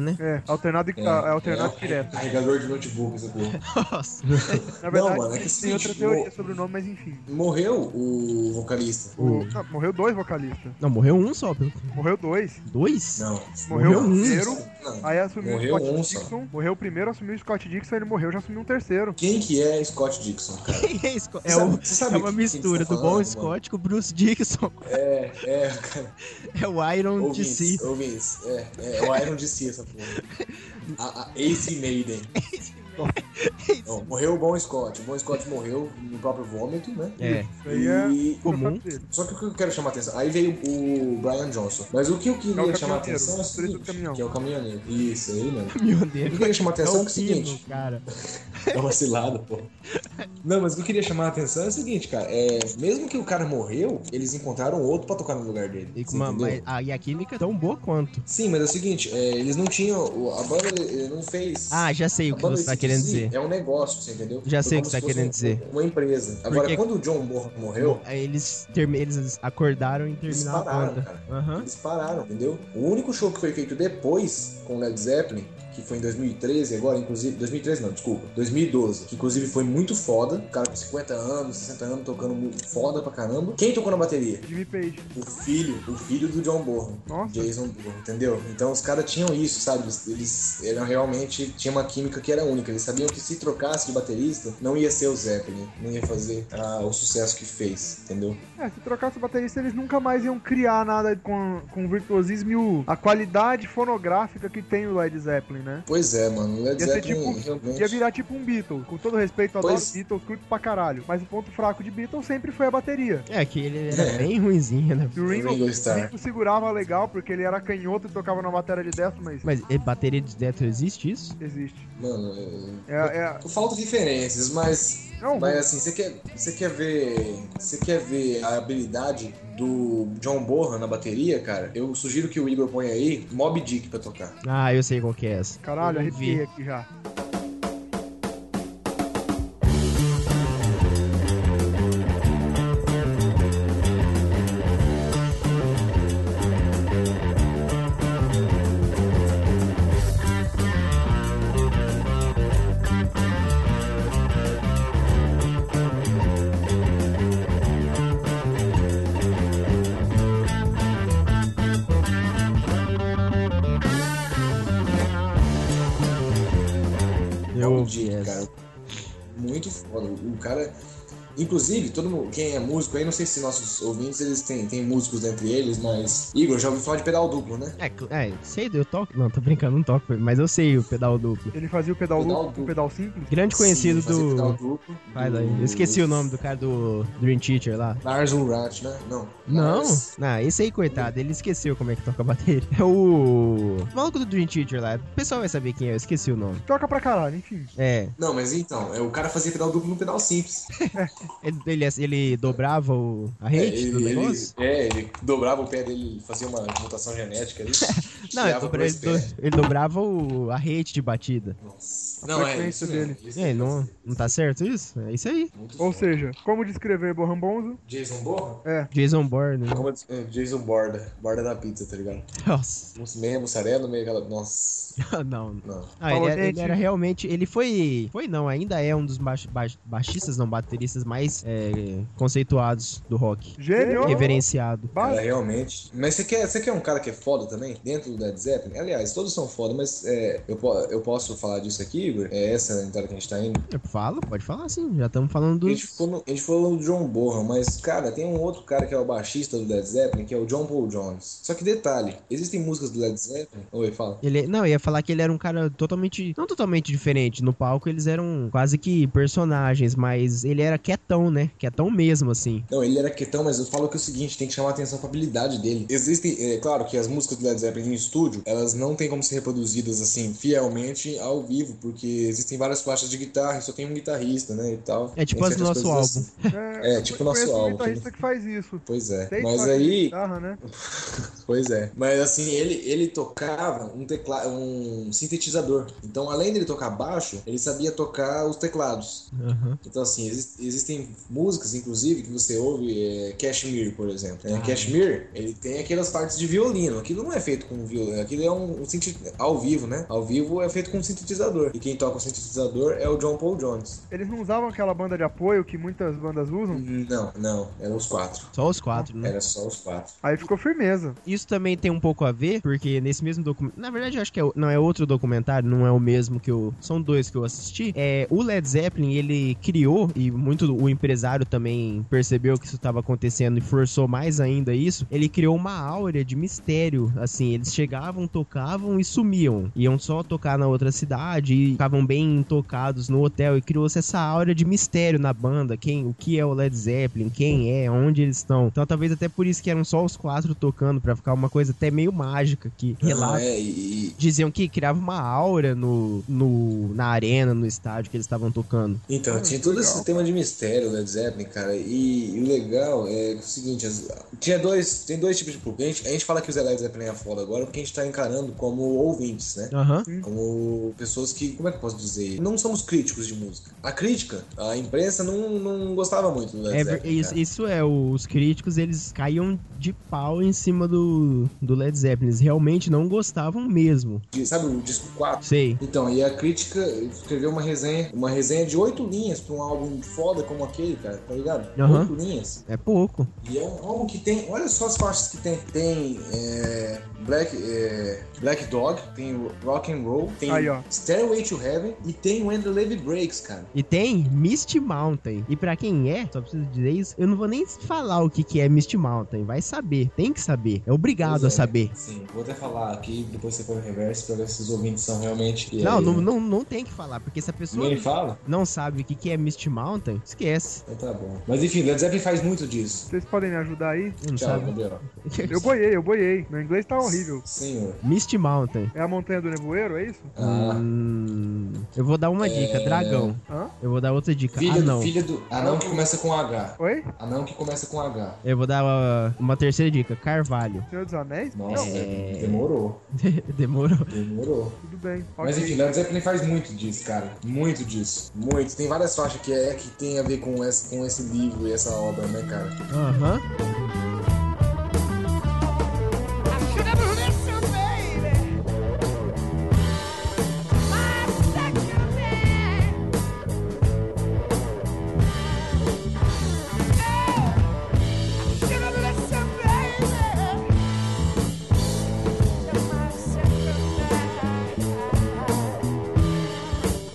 né?
É, alternado e,
É,
ah, é alternado
é,
e direto.
Carregador de notebook, essa porra.
Nossa.
Na verdade,
mano, é que
tem
esse
outra
bicho-
teoria sobre o nome, mas enfim.
Morreu o vocalista.
O- ah, morreu dois vocalistas.
Não, morreu um só. pelo-
Morreu dois.
Dois?
Não.
Morreu
Morreu,
um.
o primeiro.
Não.
Aí assumiu
Morreu
o Scott
um só.
Dixon. Morreu o primeiro, assumiu o Scott Dixon, ele morreu, já assumiu um terceiro.
Quem que é Scott Dixon, cara?
Quem é esse? co-
Você
É,
sabe-
o,
você sabe
é uma
quem que você tá
mistura do
falando,
Bom
mano?
Scott com o Bruce Dickinson.
É, é, cara.
É o Iron
Ouvintes,
DC.
ouvintes. É, é, é o Iron DC, essa porra. A, a Ace Maiden. Não, morreu o Bom Scott. O Bom Scott morreu no próprio vômito, né?
É,
Isso aí é.
E-
comum.
Dele.
Só que o que eu quero chamar a atenção, aí veio o Brian Johnson. Mas o que eu queria
É o
chamar a
caminhoneiro,
atenção é o
preto do
seguinte,
caminhão.
que é o caminhoneiro. Isso, aí mesmo. O que
caminhoneiro.
eu queria chamar a atenção é,
o
o seguinte,
cara.
é uma cilada, pô. Não, mas o que eu queria chamar a atenção é o seguinte, cara, é, mesmo que o cara morreu, eles encontraram outro pra tocar no lugar dele.
E, com
você
uma,
entendeu?
mas, ah, e a química é tão boa quanto.
Sim, mas é o seguinte, é, eles não tinham. o- A banda eh, não fez.
Ah, já sei o
A
que
banda
você tá
ACDC
querendo dizer.
É um negócio, você entendeu?
Já sei o
como
que
se
você tá
fosse
querendo
um-
dizer.
Uma empresa. Agora,
Porque-
quando o John Moore morreu,
Aí Eles, termi- eles acordaram em
eles
terminar a
pararam,
banda.
cara.
Aham.
Eles pararam, entendeu? O único show que foi feito depois com o Led Zeppelin, que foi em 2013 agora, inclusive. 2013 não, desculpa. 2012. Que inclusive foi muito foda. O cara com 50 anos, 60 anos, tocando muito foda pra caramba. Quem tocou na bateria?
Jimmy Page.
O filho, o filho do John Bonham,
Nossa.
Jason Bonham, entendeu? Então os caras tinham isso, sabe? Eles, eles eram realmente tinha uma química que era única. Eles sabiam que se trocasse de baterista, não ia ser o Zeppelin, não ia fazer ah, o sucesso que fez, entendeu?
É, se trocasse o baterista, eles nunca mais iam criar nada com, com o virtuosismo e o- a qualidade fonográfica que tem o Led Zeppelin, né?
Pois é, mano. O Led
Ia ser
Zeppelin
tipo-
realmente.
Ia virar tipo um Beatles. Com todo respeito, eu adoro
Pois-
Beatles, curto pra caralho. Mas o ponto fraco de Beatles sempre foi a bateria.
É, que ele era bem ruimzinho, né?
E o Ringo,
Ringo Starr.
o Ringo segurava legal, porque ele era canhoto e tocava na bateria de destro, mas
Mas é, bateria de Death existe isso?
existe.
Mano, eu-
É, é...
eu falto referências, mas.
Não,
Mas assim, você quer, você quer ver. Você quer ver a habilidade do John Bonham na bateria, cara? Eu sugiro que o Igor ponha aí Mob Dick pra tocar.
Ah, eu sei qual que é essa.
caralho,
Eu não vi.
arrepiei aqui já.
Eu
Mob
ouvi
Dick,
essa.
Muito foda. O cara. Inclusive, todo mundo, quem é músico aí, não sei se nossos ouvintes eles têm, têm músicos entre eles, mas. Igor, já ouviu falar de pedal duplo, né?
É, cl- é, sei, eu toco. Não, tô brincando, não toco, mas eu sei o pedal duplo.
Ele fazia o pedal,
Pedal
duplo com o
duplo.
pedal simples.
Grande conhecido
Sim, fazia Pedal
do.
duplo,
Faz
do-
aí. Eu esqueci o nome do cara do Dream Teacher lá.
Lars Ulrich, né? Não.
Não,
Lars-
não, Ah, esse aí, coitado, ele esqueceu como é que toca a bateria. É o. o maluco do Dream Teacher lá. O pessoal vai saber quem é, eu esqueci o nome.
Toca pra caralho, enfim.
É,
Não, mas então, é, o cara fazia pedal duplo no pedal simples.
Ele, ele, ele dobrava o, a
É,
rede do
ele, ele-
negócio?
é, ele dobrava o pé dele, ele fazia uma mutação genética ali.
Não, ele,
tirava
dobra-
dois
ele, do-
pés.
ele dobrava o, a rede de batida.
Nossa. Não, é
frequência
isso mesmo.
dele.
Isso
E aí, não,
mesmo.
não tá certo isso? É isso aí.
Muito
Ou
foda.
seja, como descrever Borram Bonzo?
Jason Borra?
Jason Bourne. né?
Como eu disse, é, Jason Borda. Borda da pizza, tá ligado?
Nossa.
Meia mussarela, meia aquela... Nossa.
Não.
Não.
Ah, ele,
Falou,
era, ele
gente.
era realmente. Ele foi. Foi não, ainda é um dos baix, baix- baixistas, não, bateristas mais é, conceituados do rock.
Gênio!
Reverenciado.
Cara,
Base.
é realmente. Mas você quer, você quer um cara que é foda também? Dentro do Led Zeppelin? Aliás, todos são foda, mas é, eu, po- eu posso falar disso aqui, Igor? É essa a entrada que a gente tá indo?
Fala, pode falar sim. Já estamos falando
A
do.
gente, falou, a gente falou do John Bonham, mas, cara, tem um outro cara que é o baixista do Led Zeppelin, que é o John Paul Jones. Só que detalhe, existem músicas do Led Zeppelin... Oi, fala.
Ele, não, eu ia falar que ele era um cara totalmente. Não totalmente diferente. No palco eles eram quase que personagens, mas ele era quietão, né? Quietão mesmo, assim.
Não, ele era quietão, mas eu falo que é o seguinte, tem que chamar a atenção pra habilidade dele. Existem, é claro que as músicas do Led Zeppelin em estúdio, elas não tem como ser reproduzidas assim, fielmente ao vivo, porque existem várias faixas de guitarra e só tem um guitarrista, né, e tal.
É tipo
Tem
as
certas
nosso
coisas
álbum.
assim.
É,
É, tipo
eu
nosso
conheço um
álbum,
guitarrista
né?
que faz isso.
Pois é.
Seis
Mas
toques de
aí,
Guitarra, né?
Pois é. Mas assim, ele, ele tocava um teclado, um sintetizador. Então, além dele tocar baixo, ele sabia tocar os teclados.
Aham.
Então, assim, exis- existem músicas, inclusive, que você ouve, é, Cashmere, por exemplo. É,
Ah.
Cashmere, ele tem aquelas partes de violino. Aquilo não é feito com violino, aquilo é um, um sinti- ao vivo, né? Ao vivo é feito com sintetizador. E quem toca o sintetizador é o John Paul Jones.
Eles não usavam aquela banda de apoio que muitas bandas usam?
Não, não, eram os quatro.
Só os quatro, né?
Era só os quatro.
Aí ficou firmeza.
Isso também tem um pouco a ver, porque nesse mesmo documentário. Na verdade, eu acho que é, o- não é outro documentário, não é o mesmo que eu. São dois que eu assisti. É, o Led Zeppelin, ele criou, e muito o empresário também percebeu que isso estava acontecendo e forçou mais ainda isso. Ele criou uma áurea de mistério. Assim, eles chegavam, tocavam e sumiam. Iam só tocar na outra cidade e ficavam bem tocados no hotel. E criou-se essa áurea de mistério na banda. Quem, o que é o Led Zeppelin, quem é, onde eles estão. Então talvez até por isso que eram só os quatro tocando, pra ficar uma coisa até meio mágica que relata.
Não, é, e, e-
Diziam que criava uma aura no, no, na arena, no estádio que eles estavam tocando.
Então,
Ah,
tinha
que
todo
legal.
esse tema de mistério Led Zeppelin, cara. E, e o legal é o seguinte, as- tinha dois, tem dois tipos de público. A gente, a gente fala que o Zé Led Zeppelin é foda agora porque a gente tá encarando como ouvintes, né?
Aham.
Como pessoas que, como é que eu posso dizer? Não somos críticos de música. A crítica, a imprensa não, não gostava muito do Led
É ver-
Zeppelin.
isso,
cara.
isso é, os críticos eles caíam de pau em cima do, do Led Zeppelin. Eles realmente não gostavam mesmo.
De- Sabe o disco 4?
Sei.
Então, e a crítica escreveu uma resenha, uma resenha de oito linhas pra um álbum foda como aquele, cara, tá ligado?
Aham.
Oito linhas.
É pouco.
E é um álbum que tem, olha só as faixas que tem. Tem é, Black, é, Black Dog, tem Rock and Roll, tem
Aí, ó.
Stairway to Heaven e tem When the Levy Breaks, cara.
E tem Misty Mountain. E pra quem é, só preciso dizer isso, eu não vou nem falar o que, que é Misty Mountain. Vai saber, tem que saber. É obrigado
Pois
a
é.
saber.
Sim, vou até falar aqui, depois você põe o reverso pra ver se os ouvintes são realmente.
Não, não, não, não tem que falar, porque se a pessoa
Nem fala?
não sabe o que, que é Misty Mountain, esquece.
Então tá bom. Mas enfim, Led Zeppelin faz muito disso.
Vocês podem me ajudar aí?
Eu Não
Tchau,
sabe.
Gabriel.
Eu boiei, eu boiei. Meu inglês tá horrível.
Senhor.
Misty Mountain.
É a montanha do nevoeiro, é isso?
Ah.
Hum, eu vou dar uma dica, dragão.
Hã?
Eu vou dar outra dica.
Filha,
ah,
do,
não.
filha do. Anão que começa com H.
Oi?
Anão que começa com H.
Eu vou dar uh, uma terceira dica, Carvalho.
Senhor dos Anéis?
Nossa,
Não,
É.
demorou.
Demorou.
Demorou.
tudo bem.
Mas
Ok.
enfim, Led Zeppelin faz muito disso, cara. Muito disso. Muito. Tem várias faixas que é que tem a ver com esse, com esse livro e essa obra, né, cara?
Aham.
I should have listened, baby. My second hand. Oh, I should have listened, baby. To my second hand.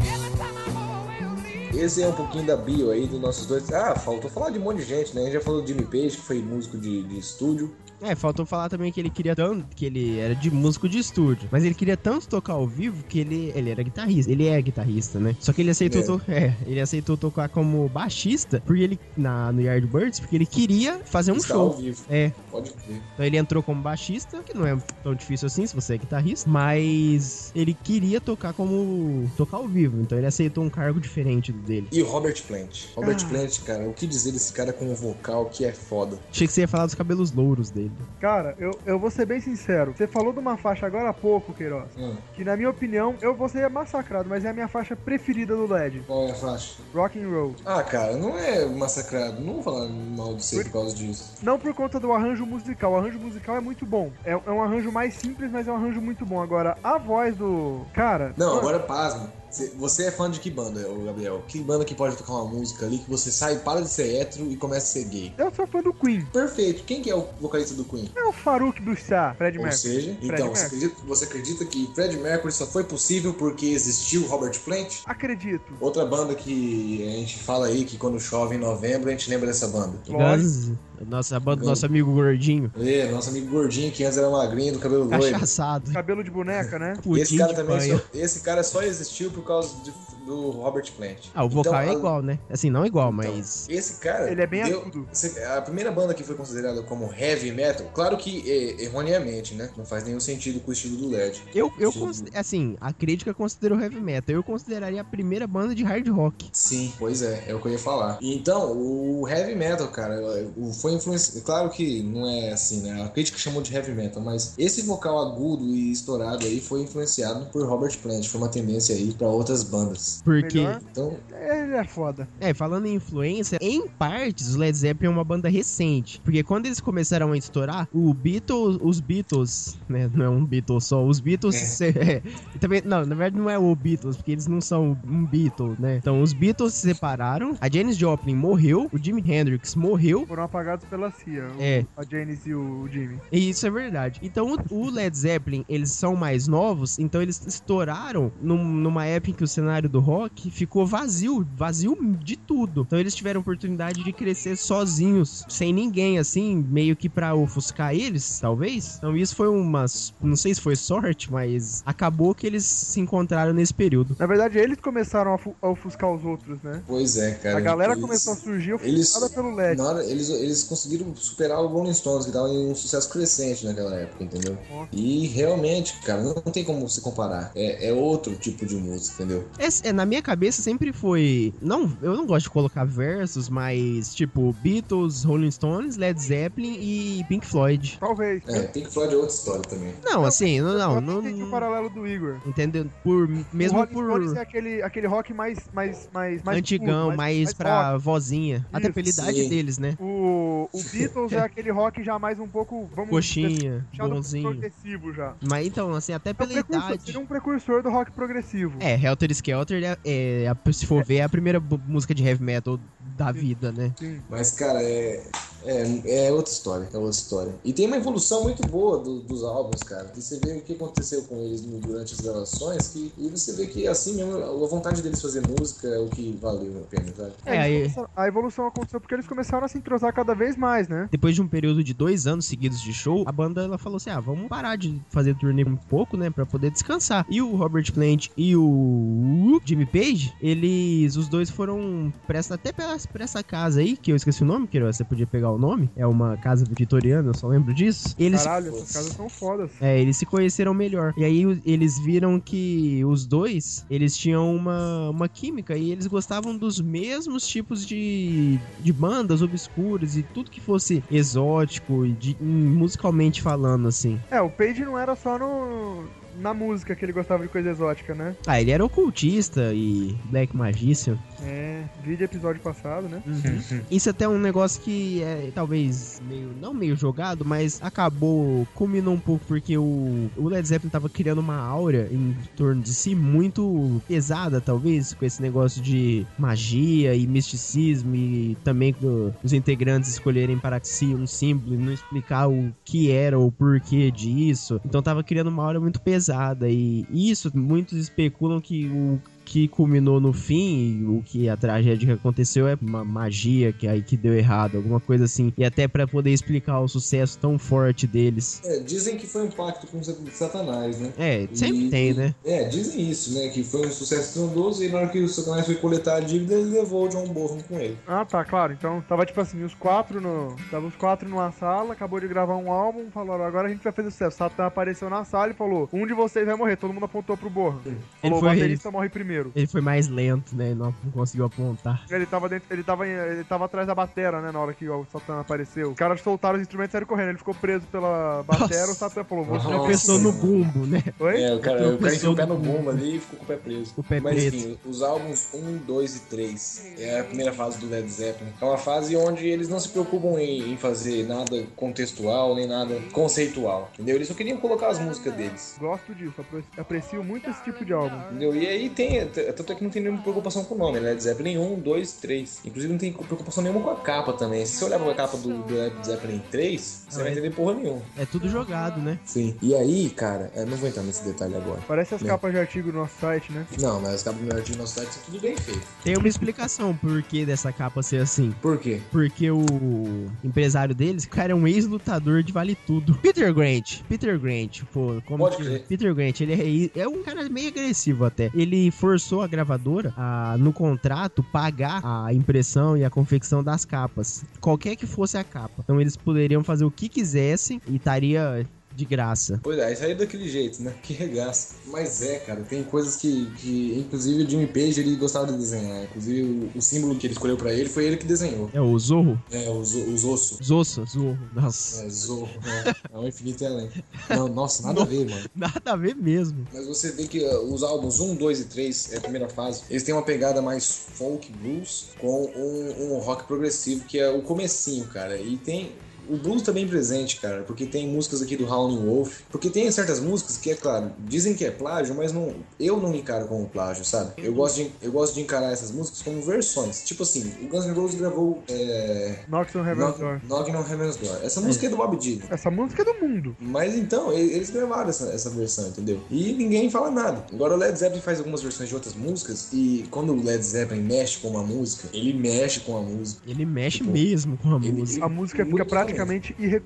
Every time I go away, you leave.
Esse é um pouquinho da bio aí dos nossos dois. Ah, faltou falar de um monte de gente, né? A gente já falou do Jimmy Page, que foi músico de, de estúdio.
É, faltou falar também que ele queria tanto, que ele era de músico de estúdio, mas ele queria tanto tocar ao vivo que ele, ele era guitarrista, ele é guitarrista, né? Só que ele aceitou,
É.
to- é, ele aceitou tocar como baixista, porque ele na no Yardbirds, porque ele queria fazer um
Está
show.
tá ao vivo,
É,
pode crer.
então ele entrou como baixista, que não é tão difícil assim se você é guitarrista, mas ele queria tocar como tocar ao vivo, então ele aceitou um cargo diferente do dele.
E o Robert Plant. Robert
Ah.
Plant, cara, o que dizer desse cara com um vocal que é foda?
Achei que você ia falar dos cabelos louros dele.
Cara, eu, eu vou ser bem sincero. Você falou de uma faixa agora há pouco, Queiroz.
Hum,
Que na minha opinião, eu vou ser massacrado, mas é a minha faixa preferida do LED.
qual é a faixa?
Rock and Roll.
Ah, cara, não é massacrado. Não vou falar mal de você por causa disso.
Não por conta do arranjo musical. O arranjo musical é muito bom. É, é um arranjo mais simples, mas é um arranjo muito bom. Agora, a voz do. Cara.
Não,
Ah.
agora pasma. Cê- Você é fã de que banda, ô Gabriel? Que banda que pode tocar uma música ali que você sai, para de ser hétero e começa a ser gay?
Eu sou fã do Queen.
Perfeito. Quem que é o vocalista do Queen?
É o Farouk Bouchard, Fred
Ou
Mercury.
seja,
Fred
então, você
Mercury.
acredita, você acredita que Fred Mercury só foi possível porque existiu Robert Plant?
Acredito.
Outra banda que a gente fala aí que quando chove em novembro a gente lembra dessa banda.
Guns, nossa banda, nosso amigo gordinho,
É, nosso amigo gordinho que antes era um magrinho, do cabelo loiro.
cachaçado.
Cabelo de boneca, né?
pudim
esse cara
de
também é
banha.
só, esse cara só existiu por causa de- do Robert Plant.
Ah, o vocal
Então,
é
a-
igual, né? Assim, não igual,
Então,
mas.
Esse cara.
Ele é bem
deu-
agudo.
Esse- A primeira banda que foi considerada como heavy metal, claro que é, erroneamente, né? Não faz nenhum sentido com o estilo do LED.
Eu, eu
Sim.
consi- assim, a crítica considera o heavy metal. Eu consideraria a primeira banda de hard rock.
Sim, pois é, é o que eu ia falar. Então, o heavy metal, cara, o- foi influenciado. Claro que não é assim, né? A crítica chamou de heavy metal, mas esse vocal agudo e estourado aí foi influenciado por Robert Plant. Foi uma tendência aí pra outras bandas.
Porque,
Melhor.
Então,
Ele é foda.
é, falando em influência, em partes, o Led Zeppelin é uma banda recente. Porque quando eles começaram a estourar, o Beatles, os Beatles, né? Não é um Beatles só, os Beatles.
É.
se- é, também, não, na verdade não é o Beatles, porque eles não são um Beatles, né? Então, os Beatles se separaram, a Janis Joplin morreu, o Jimi Hendrix morreu,
Foram apagados pela CIA. o-
É.
A Janice e o Jimmy.
E Isso é verdade. Então, o- o Led Zeppelin, eles são mais novos, então eles estouraram num- numa época em que o cenário do rock ficou vazio, vazio de tudo. Então, eles tiveram oportunidade de crescer sozinhos, sem ninguém, assim, meio que pra ofuscar eles, talvez. Então, isso foi uma. Não sei se foi sorte, mas acabou que eles se encontraram nesse período.
Na verdade, eles começaram a fu- a ofuscar os outros, né?
pois é, cara.
A galera
eles-
começou a surgir
eles-
ofuscada pelo LED.
Na hora, eles, eles conseguiram superar o Rolling Stones, que tava em um sucesso crescente naquela época, entendeu?
Nossa.
E realmente, cara, não tem como se comparar. É, é outro tipo de música, entendeu?
É, é, na minha cabeça sempre foi. Não, eu não gosto de colocar versos, mas tipo Beatles, Rolling Stones, Led Zeppelin e Pink Floyd.
Talvez.
É, Pink Floyd é outra história também.
Não, assim, não,
Eu
não.
entendi o
não
um paralelo do Igor.
entendeu? Por mesmo
o Rolling Stones
por
é aquele, aquele rock mais, mais, mais, mais
antigão,
puro,
mais pra
rock.
vozinha. Até
Isso.
pela idade
Sim.
deles, né?
O, o Beatles é aquele rock já mais um pouco. Vamos dizer,
Coxinha,
já do
bonzinho.
progressivo já.
Mas então, assim, até
É um
pela
precursor, seria
idade.
um precursor do rock progressivo.
É, Helter Skelter, é, é, a- se for ver, é a primeira bu- música de heavy metal da vida, né?
Sim.
Mas, cara, é, é, é outra história. É outra história. E tem uma evolução muito boa do- dos álbuns, cara. E você vê o que aconteceu com eles no- durante as gravações. que- e você vê que, assim mesmo, a vontade deles fazer música é o que valeu a pena, sabe?
É,
a
aí-
evolução- a evolução aconteceu porque eles começaram a se entrosar cada vez mais, né?
Depois de um período de dois anos seguidos de show, a banda ela falou assim: ah, vamos parar de fazer turnê um pouco, né? Pra poder descansar. E o Robert Plant e o Jimmy Page, eles, os dois foram pra essa, até pra, pra essa casa aí, que eu esqueci o nome, que você podia pegar o nome. É uma casa vitoriana, eu só lembro disso. Eles
Caralho, essas casas são fodas.
é, eles se conheceram melhor. E aí o- eles viram que os dois, eles tinham uma, uma química e eles gostavam dos mesmos tipos de, de bandas obscuras e tudo que fosse exótico e de- em- musicalmente falando, assim.
É, o Page não era só no, na música que ele gostava de coisa exótica, né?
Ah, ele era ocultista e black magician.
É, vídeo episódio passado, né?
Isso até é um negócio que é talvez meio, não meio jogado, mas acabou, culminou um pouco porque o, o Led Zeppelin tava criando uma aura em torno de si muito pesada, talvez, com esse negócio de magia e misticismo e também do- os integrantes escolherem para si um símbolo e não explicar o que era ou porquê disso. Então tava criando uma aura muito pesada e isso, muitos especulam que o que culminou no fim, e o que a tragédia que aconteceu é uma magia que aí que deu errado, alguma coisa assim. E até pra poder explicar o sucesso tão forte deles.
É, dizem que foi um pacto com Satanás, né?
É, sempre
E-
tem, né?
É, dizem isso, né? Que foi um sucesso estrondoso e na hora que o Satanás foi coletar a dívida, ele levou o John Bonham com ele.
Ah, tá, claro. Então, tava tipo assim, os quatro no. Tava os quatro numa sala, acabou de gravar um álbum, falaram, agora a gente vai fazer sucesso. Satan apareceu na sala e falou: um de vocês vai morrer, todo mundo apontou pro Borra. Falou, o
foi-
baterista morre primeiro.
Ele foi mais lento, né? Ele não conseguiu apontar.
Ele tava dentro, ele tava, em- ele tava atrás da batera, né, na hora que o Satã apareceu. Os caras soltaram os instrumentos e saíram correndo. Ele ficou preso pela batera,
Nossa.
o Satã falou, vou
Nossa.
tirar você.
Tropeçou no bumbo, né?
Oi?
É, o cara,
Eu
o cara enfiou o pé
pensou
no
no-
bomba ali e ficou com o pé preso.
O pé
Mas
preto.
enfim, os álbuns 1, 2 e 3 é a primeira fase do Led Zeppelin. É uma fase onde eles não se preocupam em, em fazer nada contextual, nem nada conceitual, entendeu? Eles só queriam colocar as músicas deles.
É. Gosto disso, apre- aprecio muito esse tipo de álbum.
Entendeu? E aí tem, t- tanto é que não tem nenhuma preocupação com o nome, né? Led Zeppelin 1, 2, 3. Inclusive não tem preocupação nenhuma com a capa também. Se você olhar pra capa do, do Led Zeppelin 3, você
Ah,
vai
é.
entender porra nenhuma.
É tudo jogado, né?
Sim. E aí, cara, eu não vou entrar nesse detalhe agora.
Parece as
Né.
capas de artigo do nosso site, né?
Não, mas as capas do Nerd nosso site são tudo bem feito.
Tem uma explicação por que dessa capa ser assim.
Por quê?
Porque o empresário deles, o cara é um ex-lutador de vale tudo. Peter Grant. Peter Grant, pô, como
Pode
que-
crer.
Peter Grant, ele é, é um cara meio agressivo até. Ele forçou a gravadora a, no contrato, pagar a impressão e a confecção das capas. Qualquer que fosse a capa. Então eles poderiam fazer o que quisessem e estaria de graça.
Pois é, isso aí é daquele jeito, né? Que regaço. Mas é, cara, tem coisas que, que inclusive o Jimmy Page, ele gostava de desenhar. Inclusive, o, o símbolo que ele escolheu pra ele foi ele que desenhou.
É o Zorro?
É, os, os ossos.
Zossa, Zorro. Nossa.
É, Zorro, né? É um infinito e além. Não, nossa, nada a ver, mano.
Nada a ver mesmo.
Mas você vê que uh, os álbuns 1, 2 e 3, é a primeira fase, eles têm uma pegada mais folk blues com um, um rock progressivo, que é o comecinho, cara. E tem o blues também presente, cara, porque tem músicas aqui do Howlin' Wolf, porque tem certas músicas que, é claro, dizem que é plágio, mas não, eu não me encaro como plágio, sabe? Eu gosto, de, eu gosto de encarar essas músicas como versões. Tipo assim, o Guns N' Roses gravou é,
Knox on Heaven's Door.
Knock- Knocking on Heaven's Door. Essa música é do Bob Dylan.
Essa música é do mundo.
Mas então, e- eles gravaram essa, essa versão, entendeu? E ninguém fala nada. Agora o Led Zeppelin faz algumas versões de outras músicas e quando o Led Zeppelin mexe com uma música, ele mexe com a música.
Ele mexe mesmo com a
Ele-
música.
A música fica
Muito
praticamente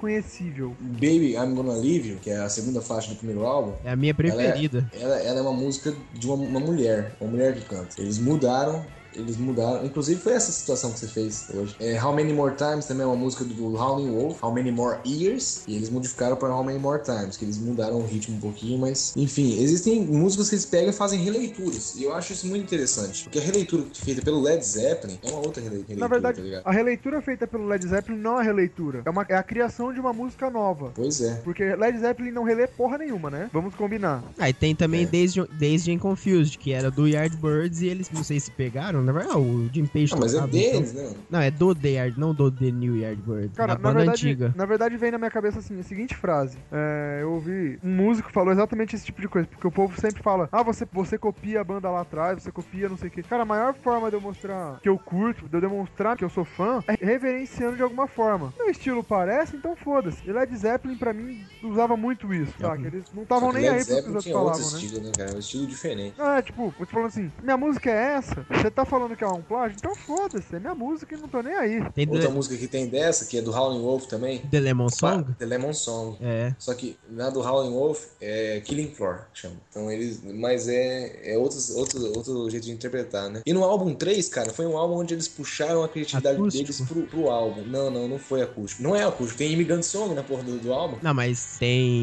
irreconhecível.
Baby, I'm Gonna Leave You, que é a segunda faixa do primeiro álbum,
É a minha preferida.
ela, ela é uma música de uma, uma mulher, uma mulher que canta. Eles mudaram, eles mudaram. Inclusive foi essa situação que você fez hoje. É, How Many More Times também é uma música do Howlin' Wolf, How Many More Years, e eles modificaram para How Many More Times, que eles mudaram o ritmo um pouquinho, mas enfim, existem músicas que eles pegam e fazem releituras, e eu acho isso muito interessante, porque a releitura feita pelo Led Zeppelin é uma outra rele- releitura,
Na
tá
verdade,
ligado?
a releitura feita pelo Led Zeppelin não é releitura. É, uma, é a criação de uma música nova.
Pois é.
Porque Led Zeppelin não relê porra nenhuma, né? Vamos combinar.
Ah, e tem também
É.
Desde Desde Confused, que era do Yardbirds e eles, não sei se pegaram, na verdade, ah, o Jim Page
Ah, mas é
tocava,
deles,
então.
né?
Não, é do The Yard, não do The New Yardbirds, da
Cara, na
banda
verdade,
antiga.
na verdade veio na minha cabeça assim, a seguinte frase. É, eu ouvi um músico falou exatamente esse tipo de coisa, porque o povo sempre fala: "Ah, você você copia a banda lá atrás, você copia não sei o quê". Cara, a maior forma de eu mostrar que eu curto, de eu demonstrar que eu sou fã, é reverenciando de alguma forma. Meu estilo parece, então foda-se. E Led Zeppelin pra mim usava muito isso, saca? Eles não estavam
Só que
nem aí
Led
pro que os
Zeppelin
outros
tinha outro
falavam, né?
estilo, né, cara? Um estilo diferente.
Ah, tipo, vou te falando assim, minha música é essa? Você tá falando que é um plágio? Então foda-se, é minha música e não tô nem aí.
Tem
Outra
The,
música que tem dessa, que é do Howlin' Wolf também,
The Lemon Song?
The Lemon Song.
É.
Só que na do Howling Wolf é Killing Floor, que chama. Então eles. Mas é, é outros, outro, outro jeito de interpretar, né? E no álbum 3, cara, foi um álbum onde eles puxaram a criatividade
Acústico?
deles pro, pro álbum. Não, não, não foi acústico. Não é acústico, tem Immigrant Song na porra do, do álbum.
Não, mas tem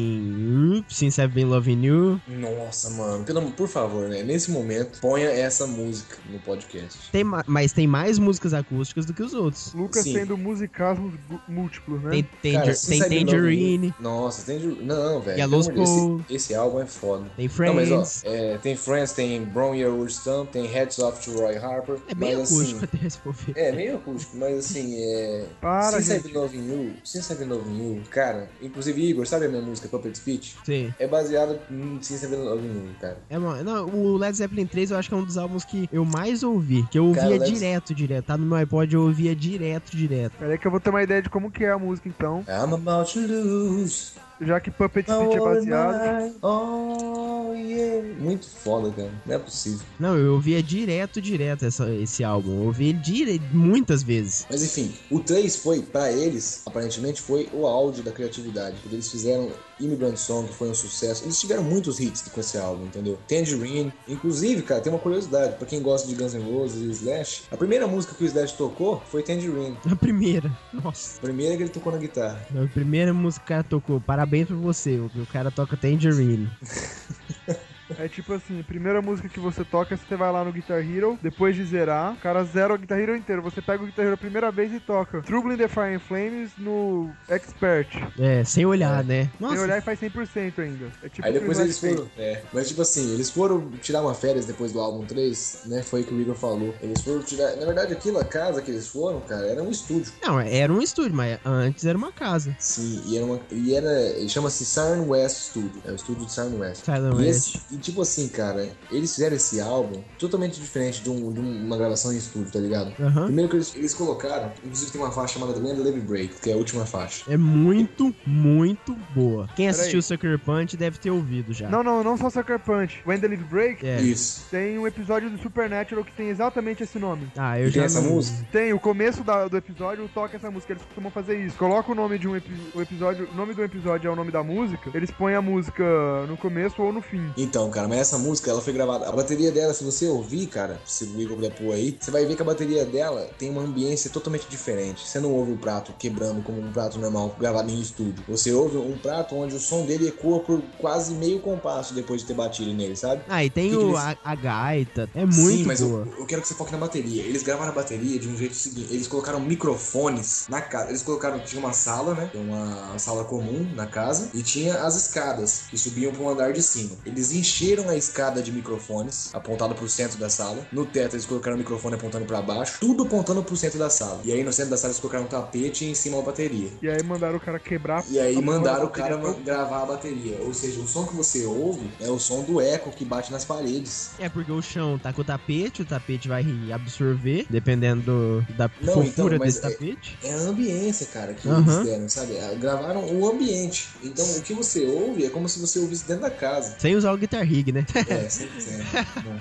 Oops, Since I've Been Loving You.
Nossa, mano. Pelo, amor- por favor, né? Nesse momento, ponha essa música no podcast.
Tem, ma- mas tem mais músicas acústicas do que os outros.
Lucas
Sim.
tendo musicasmos gu- múltiplos, né?
Tem, tem,
Uhum. Cara,
tem
Since I've Been Loving You-
Tangerine,
Nossa, Tangerine. Não, velho.
Yellow
Pelo amor de Deus,
School.
Esse, esse álbum é foda.
tem
Não,
Friends.
mas ó, é, tem Friends, tem Brown Your Woolston, tem Heads Off to Roy Harper.
é bem
mas,
acústico
Assim,
até se for ver.
é, meio acústico, mas assim, é. Since
Para,
I've
gente.
Been Loving You, Since I've Been Loving You, cara, inclusive Igor, sabe a minha música Puppet Speech?
Sim.
É baseada em Since I've Been Loving You, cara.
É, mano, não, o Led Zeppelin 3 eu acho que é um dos álbuns que eu mais ouvi. Que eu ouvia
Cara, Led-
direto, direto. Tá no meu iPod, eu ouvia direto, direto.
é Peraí que eu vou ter uma ideia de como que é a música, então.
I'm about to lose
já que Puppet
Now
City é
all
baseado.
night, Oh, yeah. Muito foda, cara. Não é possível.
Não, eu ouvia direto, direto essa- esse álbum. Eu ouvi ele dire... muitas vezes.
Mas enfim, o 3 foi, pra eles, aparentemente foi o áudio da criatividade. Porque eles fizeram Immigrant Song, que foi um sucesso. Eles tiveram muitos hits com esse álbum, entendeu? Tangerine. Inclusive, cara, tem uma curiosidade. Pra quem gosta de Guns N' Roses e Slash, a primeira música que o Slash tocou foi Tangerine.
A primeira. Nossa.
A primeira que ele tocou na guitarra.
A primeira música que o cara tocou. Parabéns pra você. O cara toca Tangerine.
É tipo assim, a primeira música que você toca, você vai lá no Guitar Hero, depois de zerar, o cara zera o Guitar Hero inteiro. Você pega o Guitar Hero a primeira vez e toca Trouble in the Fire and Flames no Expert.
É, sem olhar, né? Nossa.
Tem olhar e faz 100% ainda. É tipo
Aí depois
Prisma
eles
State.
foram. É. Mas tipo assim, eles foram tirar uma férias depois do álbum 3, né? Foi o que o Igor falou. Eles foram tirar. Na verdade, aquela casa que eles foram, cara, era um estúdio.
Não, era um estúdio, mas antes era uma casa.
Sim, e era uma. E era. ele Chama-se Siren West Studio. É o estúdio de Siren West.
Silent
E,
West.
esse- e, tipo assim, cara, eles fizeram esse álbum totalmente diferente de, um- de uma gravação em estúdio, tá ligado?
Aham.
Primeiro que eles, eles colocaram, inclusive tem uma faixa chamada The Land Levy Break, que é a última faixa.
É muito, muito boa. Quem
Peraí.
assistiu o Sucker Punch deve ter ouvido já.
Não, não, não só Sucker Punch. When the Live Break
É.
Isso.
tem um episódio do Supernatural que tem exatamente esse nome.
Ah, eu
E tem
já
essa
não-
música?
Tem, o começo da- do episódio toca essa música, eles costumam fazer isso. Coloca o nome de um epi- o episódio, o nome do episódio é o nome da música, eles põem a música no começo ou no fim.
Então, cara, mas essa música, ela foi gravada. A bateria dela, se você ouvir, cara, se o Igor puder pôr aí, você vai ver que a bateria dela tem uma ambiência totalmente diferente. Você não ouve o prato quebrando como um prato normal gravado em estúdio. Você ouve um prato onde o som dele ecoa por quase meio compasso depois de ter batido nele, sabe?
Ah, e tem
Que que
o,
eles-
a, a gaita. É muito
Sim, mas
boa.
eu, eu quero que você foque na bateria. Eles gravaram a bateria de um jeito seguinte: eles colocaram microfones na casa. Eles colocaram, tinha uma sala, né? Uma sala comum na casa. E tinha as escadas que subiam para um andar de cima. Eles encheram a escada de microfones, apontado para o centro da sala. No teto, eles colocaram o microfone apontando para baixo, tudo apontando para o centro da sala. E aí, no centro da sala, eles colocaram um tapete e em cima a bateria.
E aí mandaram o cara quebrar.
E
Tá
aí
a porra
mandaram
da
o cara
bateria.
gravar a bateria. Ou seja, o som que você ouve é o som do eco que bate nas paredes.
É porque o chão tá com o tapete, o tapete vai absorver, dependendo do- da
Não,
fofura
então, mas
desse
é-
tapete.
É a ambiência, cara, que
Aham.
eles deram, sabe? Ah, Gravaram o ambiente. Então, o que você ouve é como se você ouvisse dentro da casa.
Sem usar o Guitar Rig, né?
É, 100%. Bom,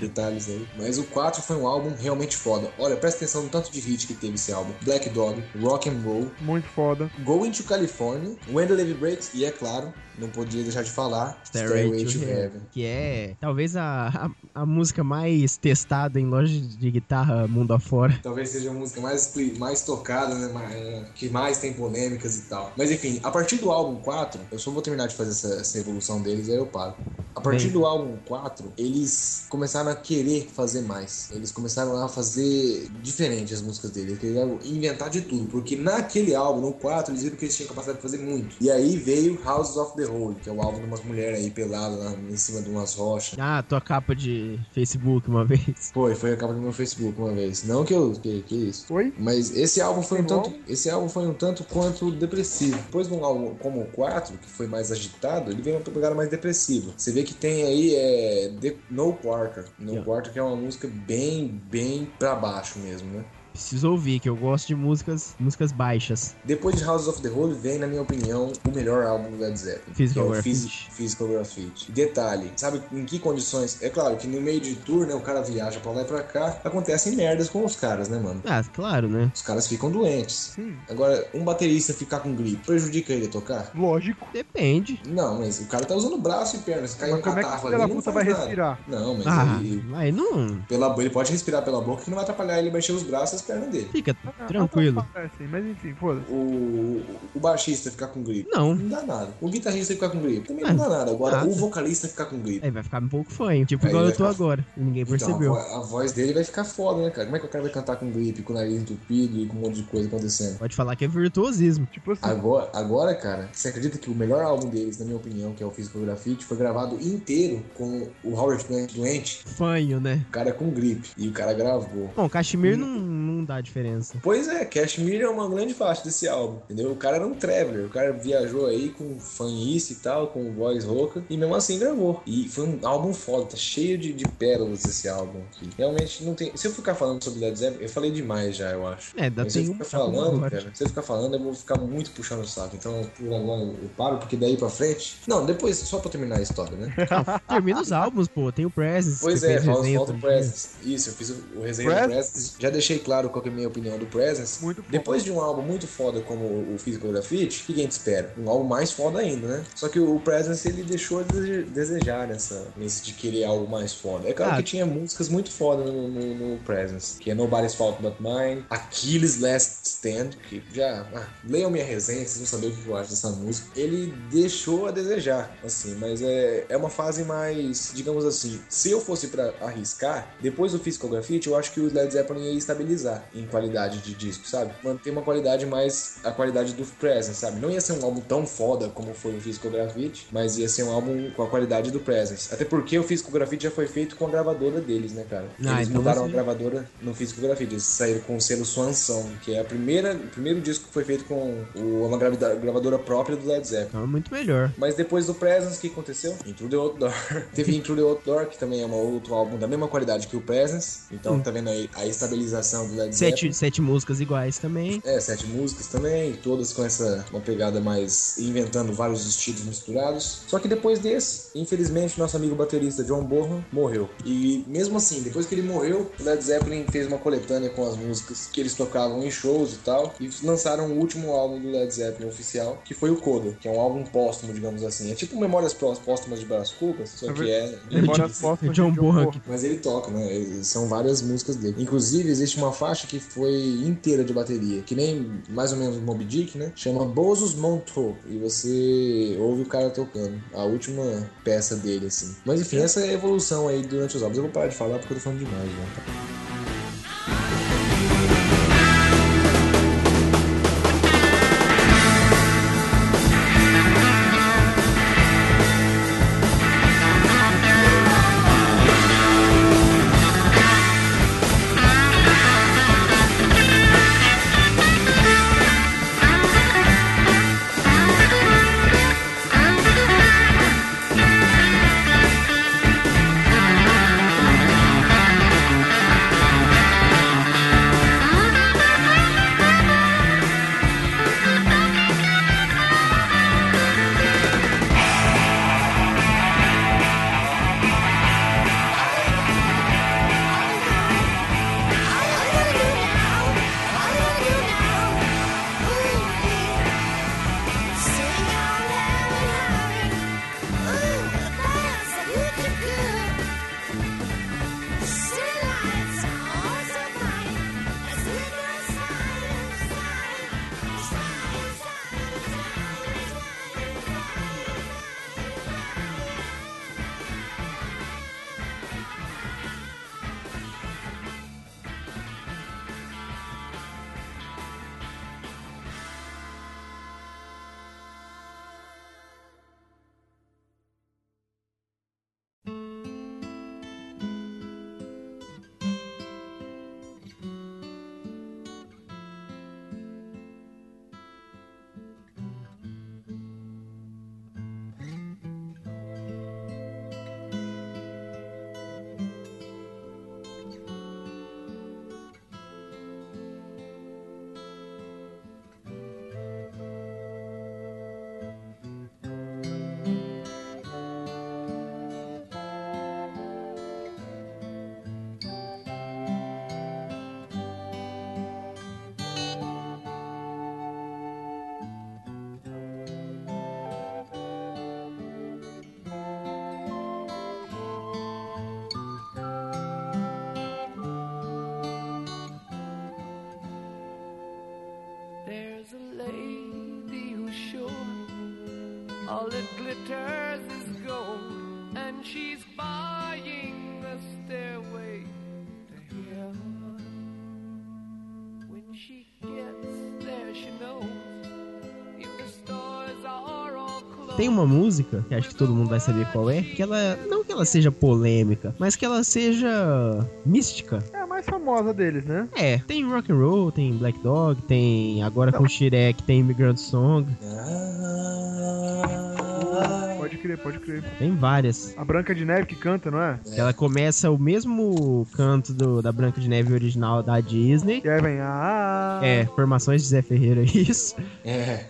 Detalhes aí. Mas o 4 foi um álbum realmente foda. Olha, presta atenção no tanto de hit que teve esse álbum. Black Dog, Rock and Roll,
Muito foda.
Going to California, When the Levy Breaks e, é claro, não podia deixar de falar, Stairway to Heaven.
Que é talvez a, a, a música mais testada em lojas de guitarra mundo afora.
Talvez seja a música mais, expli- mais tocada, né? mais- é, que mais tem polêmicas e tal. Mas enfim, a partir do álbum 4, eu só vou terminar de fazer essa, essa evolução deles, aí eu paro. A partir
Bem.
do álbum 4, eles começaram a querer fazer mais. Eles começaram a fazer diferente as músicas deles. Eles queriam inventar de tudo. Porque naquele álbum, no 4, eles viram que eles tinham capacidade de fazer muito. E aí veio Houses of the Hole, que é o álbum de umas mulheres aí peladas lá em cima de umas rochas.
Ah, tua capa de Facebook uma vez.
Foi, foi a capa do meu Facebook uma vez. Não que eu. Que, que isso.
Oi?
Mas esse álbum foi um
Tá
Tem um
tanto. Esse álbum foi um tanto quanto depressivo. Depois de um álbum como o 4, que foi mais agitado, ele veio uma pegada mais depressiva. Você vê que tem aí é, The- No Quarter. No
Yeah.
Quarter que é uma música bem, bem pra baixo mesmo, né?
Preciso ouvir, que eu gosto de músicas, músicas baixas.
Depois de Houses of the Holy vem, na minha opinião, o melhor álbum do Led Zeppelin.
Physical
que é o Phys-
Graffiti.
Physical Graffiti. Detalhe, sabe em que condições? É claro que no meio de tour, né, o cara viaja pra lá e pra cá, acontecem merdas com os caras, né, mano?
Ah, claro, né?
Os caras ficam doentes.
Sim.
Agora, um baterista ficar com gripe prejudica ele a tocar?
Lógico.
Depende.
Não, mas o cara tá usando braço e perna. Se cair um
Mas como é que
catarro
o
ali,
filho da
não
puta
faz
vai
nada.
respirar?
Não, mas
Ah,
ele,
mas não.
pela, ele pode respirar pela boca que não vai atrapalhar ele mexer os braços e as pernas dele.
Fica tranquilo.
Ah, assim, mas enfim, foda-se.
O, o baixista ficar com gripe.
Não.
Não dá nada. O guitarrista ficar com gripe. Também
Ah,
não dá nada. Agora,
nada.
o vocalista ficar com gripe.
Aí vai ficar um pouco fanho. Tipo
Aí
igual
vai
eu tô
ficar-
agora. E ninguém
Então,
É, percebeu.
a vo- a, voz dele vai ficar foda, né, cara? Como é que o cara vai cantar com gripe, com o nariz entupido e com um monte de coisa acontecendo?
Pode falar que é virtuosismo.
Tipo assim,
Agora, agora, cara, você acredita que o melhor álbum deles, na minha opinião, que é o Physical Graffiti, foi gravado inteiro com o Howard Plant doente,
Fanho, né?
o cara com gripe. E o cara gravou. Hum.
Bom, Cachemiro não, não não dá diferença.
Pois é, Cashmere é uma grande parte desse álbum, entendeu? O cara era um traveler, o cara viajou aí com fanhice e tal, com voz rouca, e mesmo assim gravou. E foi um álbum foda, tá cheio de, de pérolas esse álbum aqui. Realmente não tem. Se eu ficar falando sobre Led Zeppelin, eu falei demais já, eu acho.
É, dá
Mas se
tem
eu
um
ficar
pra
falando,
agora.
cara, se eu ficar falando, eu vou ficar muito puxando o saco. Então, por agora eu paro, porque daí pra frente. Não, depois, só pra terminar a história, né?
Não, termina os álbuns, pô. Tem o Presence.
Pois
que
é,
fez né?
fal-
resenha
falta o
outro
Presence. Isso, eu fiz o o resenha do
Presence?
Presence. Já deixei claro qual que é a minha opinião do Presence.
Muito foda.
Depois de um álbum muito foda como o Physical Graffiti, o que a gente espera? Um álbum mais foda ainda, né? Só que o Presence ele deixou a dese- desejar nessa, nesse de querer algo mais foda. É claro
Ah.
que tinha músicas muito foda no, no- no Presence, que é Nobody's Fault But Mine, Achilles Last Stand, que já. Ah, leiam minha resenha, vocês vão saber o que eu acho dessa música. Ele deixou a desejar, assim, mas é, é uma fase mais, digamos assim, se eu fosse pra arriscar, depois do Physical Graffiti, eu acho que o Led Zeppelin ia estabilizar em qualidade de disco, sabe? Manter uma qualidade mais a qualidade do Presence, sabe? Não ia ser um álbum tão foda como foi o Physical Graffiti, mas ia ser um álbum com a qualidade do Presence. Até porque o Physical Graffiti já foi feito com a gravadora deles, né, cara?
Ah,
Eles
então
mudaram
você-
a gravadora no Physical Graffiti, eles saíram com o selo Swanson, que é a primeira, o primeiro disco que foi feito com o- uma gravida- gravadora própria do Led Zeppelin.
Então é muito melhor.
Mas depois do Presence, o que aconteceu? Into the Outdoor. Teve Into the Outdoor, que também é um outro álbum da mesma qualidade que o Presence. Então, tá vendo aí a estabilização do Led Zeppelin.
Sete, sete músicas iguais também.
É, sete músicas também, todas com essa uma pegada mais inventando vários estilos misturados. Só que depois desse, infelizmente, nosso amigo baterista John Bonham morreu. E mesmo assim, depois que ele morreu, o Led Zeppelin fez uma coletânea com as músicas que eles tocavam em shows e tal, e lançaram o último álbum do Led Zeppelin oficial, que foi o Coda, que é um álbum póstumo, digamos assim. É tipo Memórias Pró- Póstumas de Brás Cubas, só que é
Memórias Póstumas de
Tipo, John
John
Bonham.
Bonham.
mas ele toca, né? E São várias músicas dele. Inclusive, existe uma faixa que foi inteira de bateria, que nem mais ou menos Moby Dick, né? Chama Bozos Montou. E você ouve o cara tocando. A última peça dele, assim. Mas enfim, essa é a evolução aí durante os álbuns. Eu vou parar de falar porque eu tô falando demais, né?
There's a lady who's sure all that glitters is gold, and she's buying the stairway to heaven. When she gets there, she knows if the stores are all closed.
Tem uma música, que acho que todo mundo vai saber qual é, que ela. Não que que ela seja polêmica, mas que ela seja mística.
É a mais famosa deles, né?
É, tem rock and roll, tem Black Dog, tem agora com Shirek, tem Immigrant Song,
Ah,
Pode crer, pode crer.
tem várias.
A Branca de Neve que canta, não é?
Ela começa o mesmo canto do- da Branca de Neve original da Disney.
E aí vem. Ah!
É, formações de Zé Ferreira, isso.
é.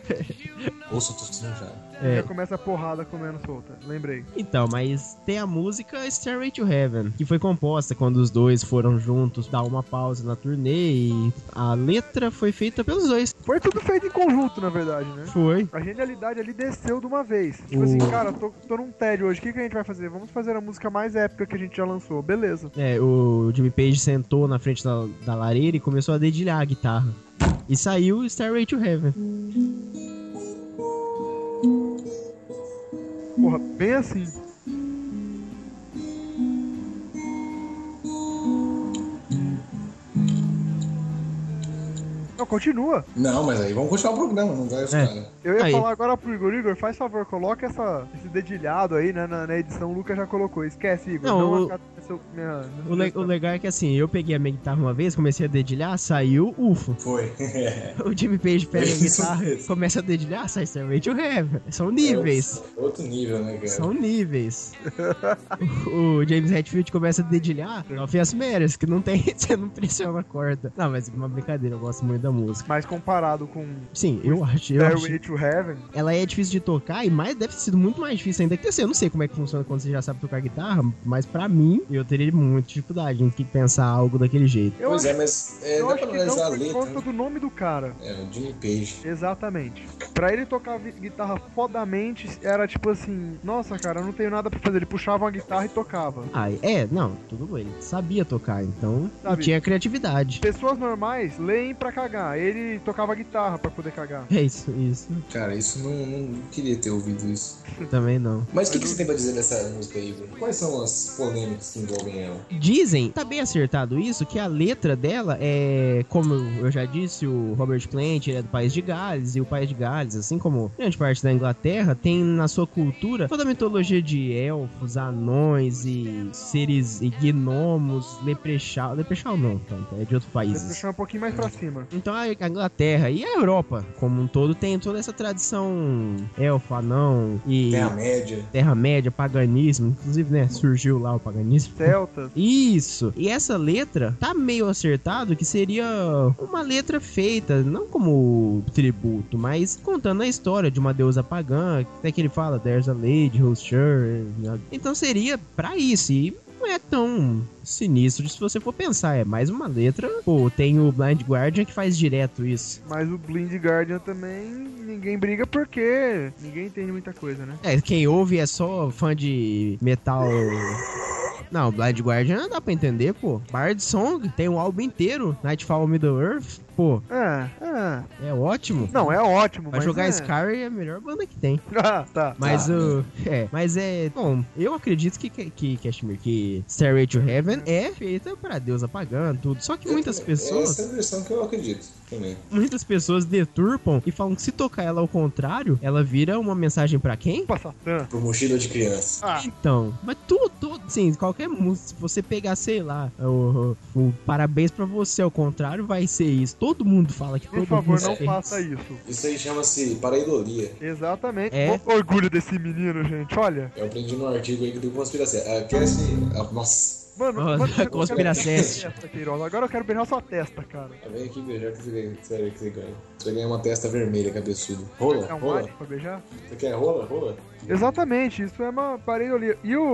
Ouça tudo já.
E
É.
Já começa a porrada comendo solta. Lembrei.
Então, mas tem a música Stairway to Heaven, que foi composta quando os dois foram juntos dar uma pausa na turnê e a letra foi feita pelos dois.
Foi tudo feito em conjunto, na verdade, né?
Foi.
A genialidade ali desceu de uma vez. Tipo
Uhum.
assim, cara, tô, tô num tédio hoje. O que, que a gente vai fazer? Vamos fazer a música mais épica que a gente já lançou. Beleza.
É, o Jimmy Page sentou na frente da, da lareira e começou a dedilhar a guitarra. E saiu Stairway to Heaven.
Porra, bem assim. Não, continua.
Não, mas aí vamos continuar o programa, não vai né? os
É.
caras.
Eu ia
Aí.
falar agora pro Igor. Igor, faz favor, coloca essa, esse dedilhado aí né, na, na edição. O Lucas já colocou. Esquece, Igor.
Não,
Não,
o-
acata seu- minha-
O, le- o legal é que assim, eu peguei a minha guitarra uma vez, comecei a dedilhar, saiu, ufo.
Foi. É.
O Jimmy Page pega a
Isso
guitarra,
mesmo.
começa a dedilhar, sai Stairway to Heaven. São níveis.
Outro nível, né, cara?
São níveis. o James Hetfield começa a dedilhar Nove as Meras, que não tem. Você não pressiona a corda. Não, mas é uma brincadeira, eu gosto muito da música.
Mas comparado com
Sim, eu acho. Eu acho.
Stairway to Heaven,
Ela é difícil de tocar e mais deve ter sido muito mais difícil ainda que assim, Eu não sei como é que funciona quando você já sabe tocar guitarra, mas pra mim, eu teria muita dificuldade em que pensar algo daquele jeito.
eu
pois
acho,
é, mas é,
eu
dá
acho
pra
que não
analisar a
por
letra.
conta
né?
do nome do cara.
É, o Jimmy Page.
Exatamente. Pra ele tocar vi- guitarra fodamente, era tipo assim, nossa cara, eu não tenho nada pra fazer. Ele puxava uma guitarra e tocava.
Ah, é, não, tudo bem. Ele sabia tocar, então não
Sabe.
tinha criatividade.
Pessoas normais leem pra cagar. Ele tocava guitarra pra poder cagar.
É isso, isso.
Cara, isso não, não queria ter ouvido isso.
Também não.
Mas o que, que você tem pra dizer dessa música aí, Igor? Quais são as polêmicas que envolvem ela?
Dizem, tá bem acertado isso, que a letra dela é, como eu já disse, o Robert Plant ele é do País de Gales, e o País de Gales, assim como grande parte da Inglaterra, tem na sua cultura toda a mitologia de elfos, anões e seres e gnomos, leprechal, leprechal não, tanto, é de outros
Ele
países.
puxava um pouquinho mais pra cima.
Então a a Inglaterra e a Europa como um todo tem toda essa tradição elfo, anão e
Terra-média.
Terra-média, paganismo, inclusive, né, surgiu lá o paganismo.
Celtas.
Isso. E essa letra tá meio acertado que seria uma letra feita, não como tributo, mas contando a história de uma deusa pagã, até que ele fala There's a lady who's sure. Então seria pra isso. E não é tão sinistro se você for pensar, é mais uma letra. Pô, tem o Blind Guardian que faz direto isso.
Mas o Blind Guardian também ninguém briga porque ninguém entende muita coisa, né?
É, quem ouve é só fã de metal. Não, Blind Guardian dá pra entender, pô. Bard Song tem um álbum inteiro, Nightfall Middle Earth, pô.
Ah, ah.
É ótimo.
Não, é ótimo,
Vai
mas.
jogar
é...
Skyrim é a melhor banda que tem.
Ah, tá.
Mas o. É, mas é. Bom, eu acredito que, que, que Kashmir, que Stairway to Heaven é feita pra deusa pagã, tudo. Só que muitas pessoas.
Essa é a versão que eu acredito também.
Muitas pessoas deturpam e falam que se tocar ela ao contrário, ela vira uma mensagem pra quem?
Pra Satã.
Pro mochila de criança.
Ah,
Então, mas tudo, tudo, sim, qualquer música, se você pegar, sei lá, o, o- o parabéns pra você, ao contrário, vai ser isso. Todo mundo fala que
por
todo
favor,
mundo
não
é-
faça isso.
Isso aí chama-se pareidolia.
Exatamente.
É.
O- Orgulho desse menino, gente. Olha.
Eu aprendi num artigo aí que do conspiração. Ah, que é esse... ah, nossa,
Mano,
Olha,
mano, eu quero
conspiracete.
beijar sua testa, Queiroz. Agora eu quero beijar sua testa, cara.
Ah, vem aqui beijar que você ganha. Sério que você ganha. Você vai ganhar uma testa vermelha, cabeçudo. Rola,
É um
rola.
alho pra beijar?
Você quer rola, rola?
Exatamente, isso é uma pareidolia. E o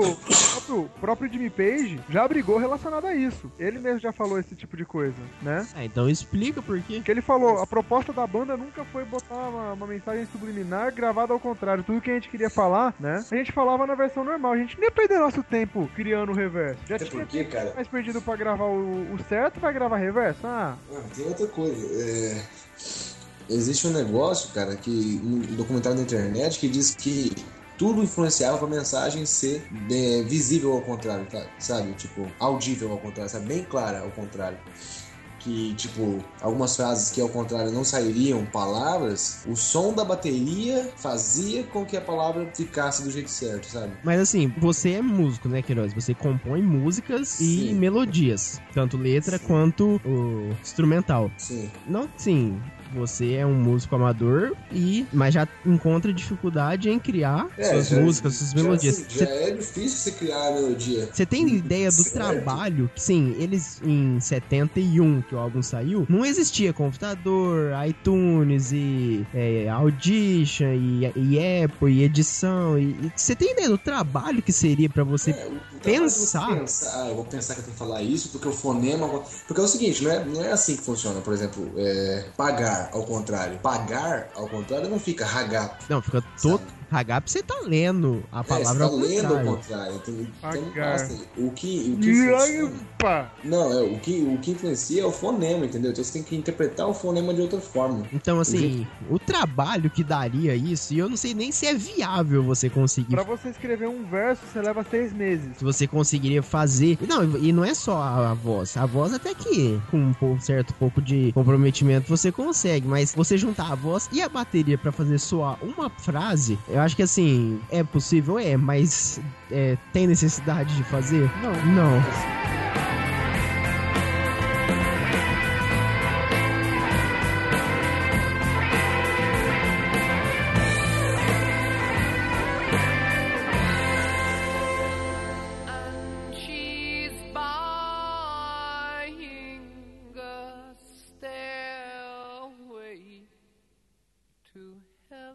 próprio, o próprio Jimmy Page já brigou relacionado a isso. Ele mesmo já falou esse tipo de coisa, né?
Ah, então explica por quê.
Que ele falou, a proposta da banda nunca foi botar uma, uma mensagem subliminar gravada ao contrário. Tudo que a gente queria falar, né? A gente falava na versão normal. A gente nem ia perder nosso tempo criando o reverso. Já
Até
é
tinha
porque, cara,
mais perdido pra gravar o, o certo, vai gravar reverso? Ah,
Ah, tem outra coisa. é, Existe um negócio, cara, que um documentário na internet que diz que tudo influenciava pra mensagem ser é, visível ao contrário, tá? sabe? Tipo, audível ao contrário, sabe? Bem clara ao contrário. que, tipo, algumas frases que ao contrário não sairiam palavras, o som da bateria fazia com que a palavra ficasse do jeito certo, sabe?
Mas assim, você é músico, né, Queiroz? Você compõe músicas e
Sim.
melodias, tanto letra
Sim.
quanto o instrumental.
Sim.
Não, sim, você é um músico amador e mas já encontra dificuldade em criar
É,
suas
já-
músicas, suas melodias.
Já, já é difícil você criar a melodia.
Você tem ideia do
Certo.
trabalho? Sim, eles em 71, que o álbum saiu, não existia computador, iTunes e é, Audition e, e Apple e edição. E, e você tem ideia do trabalho que seria pra você?
É, o- o trabalho de
pensar.
você pensar, ah, eu vou pensar que eu tenho que falar isso, porque o fonema. Porque é o seguinte, não é, não é assim que funciona. Por exemplo, é, pagar ao contrário. Pagar ao contrário não fica ragap.
Não, fica todo. Hagap, você tá lendo a palavra
é,
ao
você tá lendo ao
contrário.
contrário. Então, então
Pagar.
assim, o que, o que funciona-
Opa!
Não, é, o, que, o que influencia é o fonema, entendeu? Então você tem que interpretar o fonema de outra forma.
Então, assim, o trabalho que daria isso, e eu não sei nem se é viável você conseguir
Pra você escrever um verso, você leva seis meses.
que você conseguiria fazer. E não, e não é só a, a voz. A voz até que com um pouco- certo pouco de comprometimento você consegue, mas você juntar a voz e a bateria pra fazer soar uma frase, eu acho que assim, é possível, é, mas é, tem necessidade de fazer?
Não.
Não.
And she's buying a stairway to heaven.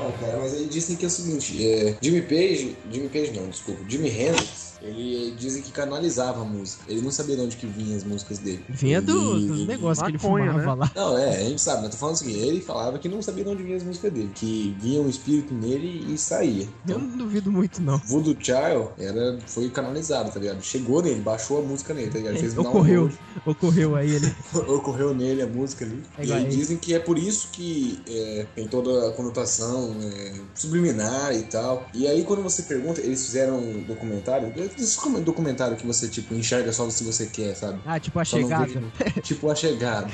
Ó, cara, mas aí dizem que é o seguinte, é, Jimmy Page, Jimmy Page não, desculpa, Jimmy Hendrix, ele eh, dizem que canalizava a música. Ele não sabia de onde que vinham as músicas dele.
Vinha do,
Ele-
dos negócios que ele
Maconha,
fumava
né?
lá.
Não, é, a gente sabe, mas tô falando o seguinte, ele falava que não sabia de onde vinha as músicas dele, que vinha um espírito nele e saía.
Eu
Então,
não duvido muito, não.
Voodoo Child era, foi canalizado, tá ligado? Chegou nele, baixou a música nele, tá ligado? Fez um
Ocorreu.
download.
Ocorreu aí ele.
ocorreu nele a música ali.
É
e
igual
aí
aí.
dizem que é por isso que é, tem toda a conotação é, subliminar e tal. E aí quando você pergunta, eles fizeram um documentário, esse como- é um documentário que você tipo enxerga só se você quer, sabe?
Ah, tipo a
Só não
chegada.
vejo. tipo a chegada.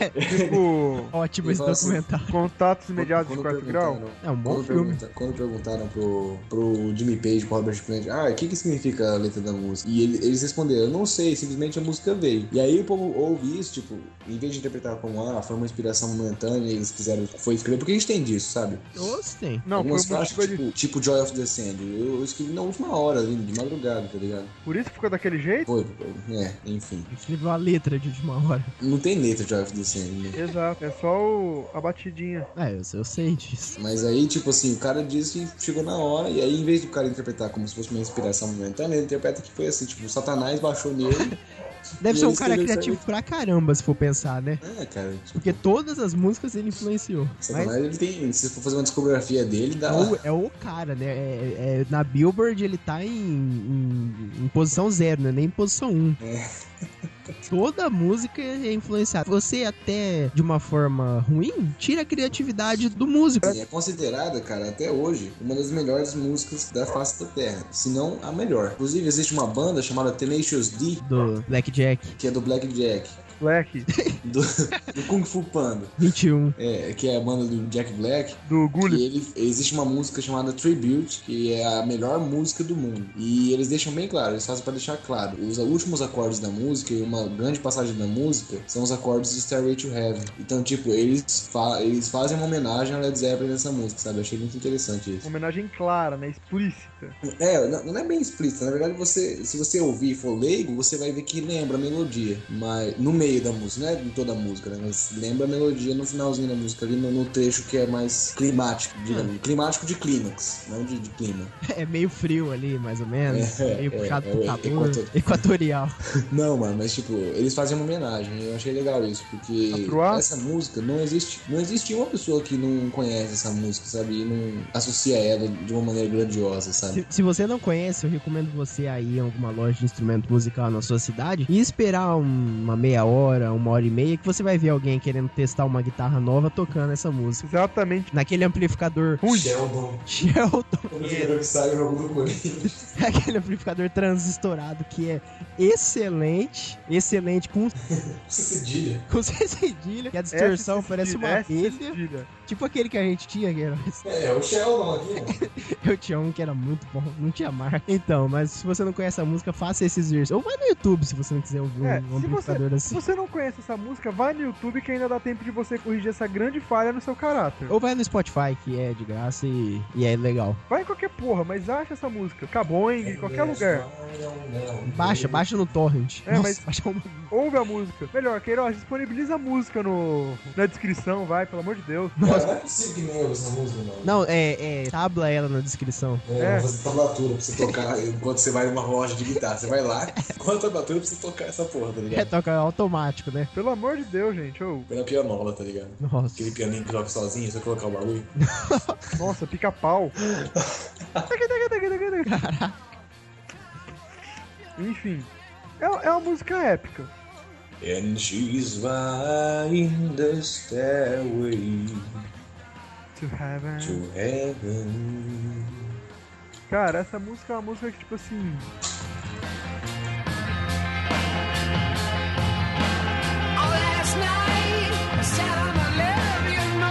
Tipo,
Ótimo
Ele
esse
fala assim,
documentário.
contatos imediatos de
Quando
quarto
perguntaram-
grau.
É um bom
Quando,
filme.
pergunta- quando perguntaram pro, pro Jimmy Page, pro Robert Plant, ah, o que que significa a letra da música? E ele- eles responderam, não sei, simplesmente a música veio. E aí o povo ouve isso, tipo, em vez de interpretar como, ah, foi uma inspiração momentânea e eles quiseram, foi escrever, porque a gente tem disso, sabe?
Todos têm.
Não, foi
Algumas
muito
faixas,
coisa de...
tipo, tipo Joy of the Sand, eu, eu escrevi na última hora, ali, de madrugada, tá ligado?
Por isso que ficou daquele jeito?
Foi, é, enfim.
Escreveu a letra de última hora.
Não tem letra Joy of the Sand, né?
Exato. É só o... a batidinha.
É, eu, eu sei disso.
Mas aí, tipo assim, o cara diz que chegou na hora, e aí, em vez do cara interpretar como se fosse uma inspiração momentânea, ele interpreta que foi assim, tipo, o Satanás baixou nele.
Deve
E
ser um
ele
cara
escreveu
criativo pra caramba, se for pensar, né?
é, cara, tipo,
Porque todas as músicas ele influenciou.
Satanás,
Mas
ele tem. Se for fazer uma discografia dele,
é
dá.
o, é o cara, né? É- é- na Billboard ele tá em, em- em posição zero, né? Nem em posição 1. Um.
É.
Toda música é influenciada. Você até, de uma forma ruim, tira a criatividade do músico.
Assim, é considerada, cara, até hoje, uma das melhores músicas da face da Terra, se não a melhor. Inclusive, existe uma banda chamada Tenacious D,
Do Blackjack
que é do Black Jack,
Black,
do, do Kung Fu Panda,
21.
é, que é a banda do Jack Black,
do Gulli.
E ele- existe uma música chamada Tribute, que é a melhor música do mundo. E eles deixam bem claro, eles fazem pra deixar claro. Os últimos acordes da música e uma grande passagem da música são os acordes de Stairway to Heaven. Então, tipo, eles, fa- eles fazem uma homenagem ao Led Zeppelin nessa música, sabe? Eu achei muito interessante isso.
Homenagem clara, né? Explícita.
É, não não é bem explícito. Na verdade, você, se você ouvir e for leigo, você vai ver que lembra a melodia. Mas no meio da música, não é em toda a música, né? Mas lembra a melodia no finalzinho da música, ali no, no trecho que é mais climático, digamos. Climático de clímax, não de, de clima.
É meio frio ali, mais ou menos.
É,
meio
é,
puxado
é,
pro
é,
calor.
equator-
Equatorial.
Não, mano, mas tipo, eles fazem uma homenagem. Eu achei legal isso, porque
A Troá?
essa música não existe, não existe uma pessoa que não conhece essa música, sabe? E não associa ela de uma maneira grandiosa, sabe?
Se, se você não conhece, eu recomendo você ir em alguma loja de instrumento musical na sua cidade e esperar um- uma meia hora, uma hora e meia, que você vai ver alguém querendo testar uma guitarra nova tocando essa música.
Exatamente.
Naquele amplificador
Sheldon,
Sheldon,
o jogador que sai jogando do Corinthians.
aquele amplificador transistorado que é excelente, excelente com,
Cedilha.
com sem cedilha, que a distorção
S
parece uma
S
abelha,
cedilha.
tipo aquele que a gente tinha, que era
É, o Sheldon aqui,
Eu tinha um que era muito bom, não tinha marca. Então, mas se você não conhece a música, faça esse exercício. Ou vai no YouTube se você não quiser ouvir
É,
um
se
amplificador
Se
assim.
você não conhece essa música, vai no YouTube que ainda dá tempo de você corrigir essa grande falha no seu caráter.
Ou vai no Spotify, que é de graça e, e é legal.
Vai em qualquer porra, mas acha essa música. Caboing, em qualquer
né?
lugar.
é um,
Baixa, baixa no torrent.
É,
Nossa,
mas-
baixa um- uma...
Ouve a música. Melhor, Queiroz, disponibiliza a música no, na descrição, vai, pelo amor de Deus.
Cara, não é possível que não é essa música, não.
Não, é, é, tabla ela na descrição.
É,
É.
vou fazer tablatura pra você tocar enquanto você vai numa loja de guitarra. Você vai lá, com a tablatura pra você tocar essa porra, tá
É,
ligado?
toca automático, né?
Pelo amor de Deus, gente. ô.
Pela pianola, tá ligado?
Nossa.
Aquele pianinho que joga sozinho, só colocar o bagulho.
Nossa, pica pau. Enfim. É, é uma música épica.
And she's flying the stairway
To heaven.
to heaven.
Cara, essa música é uma música que, tipo assim.
Oh, last night I sat on my lariat, no.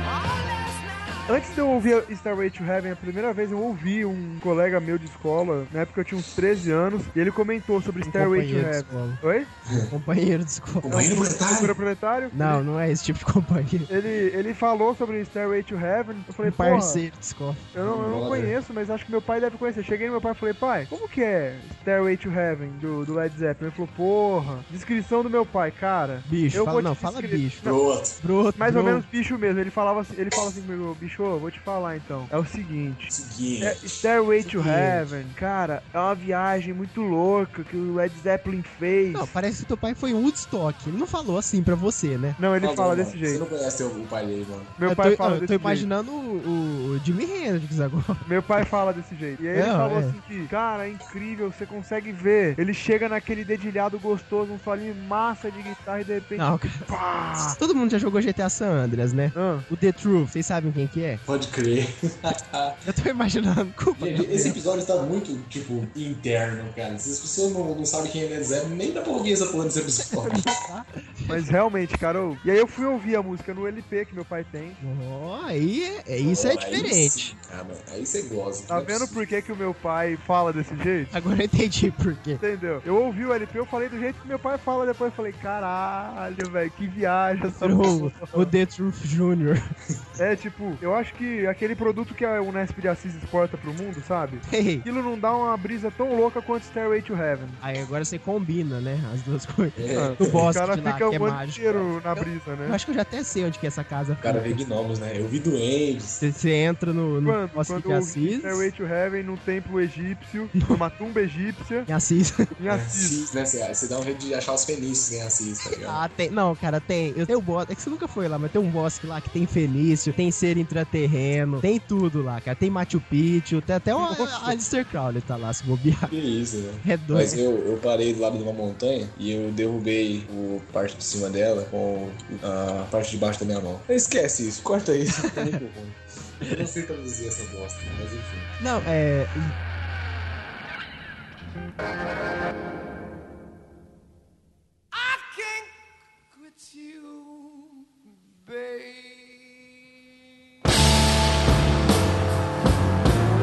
Oh, last night.
Antes de eu ouvir Starway to Heaven a primeira vez, eu ouvi um colega meu de escola, na época eu tinha uns 13 anos, e ele comentou sobre
Um
Starway to
companheiro de
Heaven.
escola.
Oi?
Um companheiro de
É
escola.
Companheiro proletário!
Procura proletário?
Não, não é esse tipo de companheiro.
Ele, ele falou sobre Stairway to Heaven. Eu falei,
Um
porra,
parceiro de escola.
eu não, eu não
Brother.
conheço, mas acho que meu pai deve conhecer. Cheguei no meu pai e falei, pai, como que é Stairway to Heaven do, do Led Zeppelin? Ele falou, porra, descrição do meu pai, cara.
Bicho,
eu
fala-
vou te
não, fala
descrever-
bicho.
Não,
Pronto.
Broto,
mais ou
broto.
menos bicho mesmo. Ele falava assim- ele fala assim comigo, bicho, eu vou te falar então. É o seguinte.
Seguinte.
É, Stairway to
Seguinte.
Heaven, cara, é uma viagem muito louca que o Led Zeppelin fez.
Não,
Não,
parece que teu pai foi em Woodstock. Ele não falou assim pra você, né?
ele
Falou,
fala
mano.
desse
Você
jeito.
não conhece o, o pai dele, mano.
Meu
eu
pai
tô,
fala
eu
desse
tô
jeito.
imaginando o, o, o Jimi Hendrix agora.
Meu pai fala desse jeito. E aí ele
Não,
falou
é.
assim que, cara, é incrível, você consegue ver. Ele chega naquele dedilhado gostoso, um solinho massa de guitarra e de repente.
Não, cara.
Pá!
Todo mundo já jogou GTA San Andreas, né?
Ah,
O The Truth, vocês sabem quem que é?
Pode crer.
Eu tô imaginando. Culpa.
Gente, Esse episódio tá muito, tipo, interno, cara. Se as pessoas não, não sabem quem é Led Zeppelin, nem dá pra ouvir essa porra desse episódio.
mas realmente, cara. eu- E aí eu fui ouvir a música no LP que meu pai tem.
Ó, aí é, é- isso é
Aí
diferente.
sim, cara. Aí você né? goza.
Tá vendo por que, que o meu pai fala desse jeito?
Agora eu entendi por quê.
Entendeu? Eu ouvi o LP, eu falei do jeito que meu pai fala, depois eu falei, caralho, velho, que viagem essa
O, o
porra."
The Truth Jr.
É, tipo, eu acho que aquele produto que a Unesp de Assis exporta pro mundo, sabe?
Ei,
Aquilo não dá uma brisa tão louca quanto Stairway to Heaven.
Aí agora você combina, né? As duas coisas.
É,
O
O
bosque
cara
lá,
fica
que é
o ano
mágico.
inteiro na brisa,
Eu
né?
acho que eu já até sei onde que é essa casa.
o cara
fica.
vê gnomos, né? Eu vi duendes.
Você, você entra no, no
Quando? é
bosque
Quando
de
eu
Assis.
ouvi Stairway to Heaven num templo egípcio, numa tumba egípcia,
Em Assis.
em Assis.
Assis, né? Você, você dá um jeito de achar os fenícios em Assis, tá ligado?
Ah, tem. Não, cara, tem. Eu tenho bosque. É que você nunca foi lá, mas tem um bosque lá que tem fenício, tem ser intraterreno, tem tudo lá, cara. Tem Machu Picchu, tem até o
Nossa.
Alistair Crowley tá lá se bobear.
Que isso, né?
É doido.
Mas eu, eu parei do lado de uma montanha e eu derrubei o parte de cima dela com a parte de baixo da minha mão. Esquece isso, corta isso. É muito ruim. Eu não sei traduzir essa bosta, mas enfim.
Não, é.
I can't quit you, babe.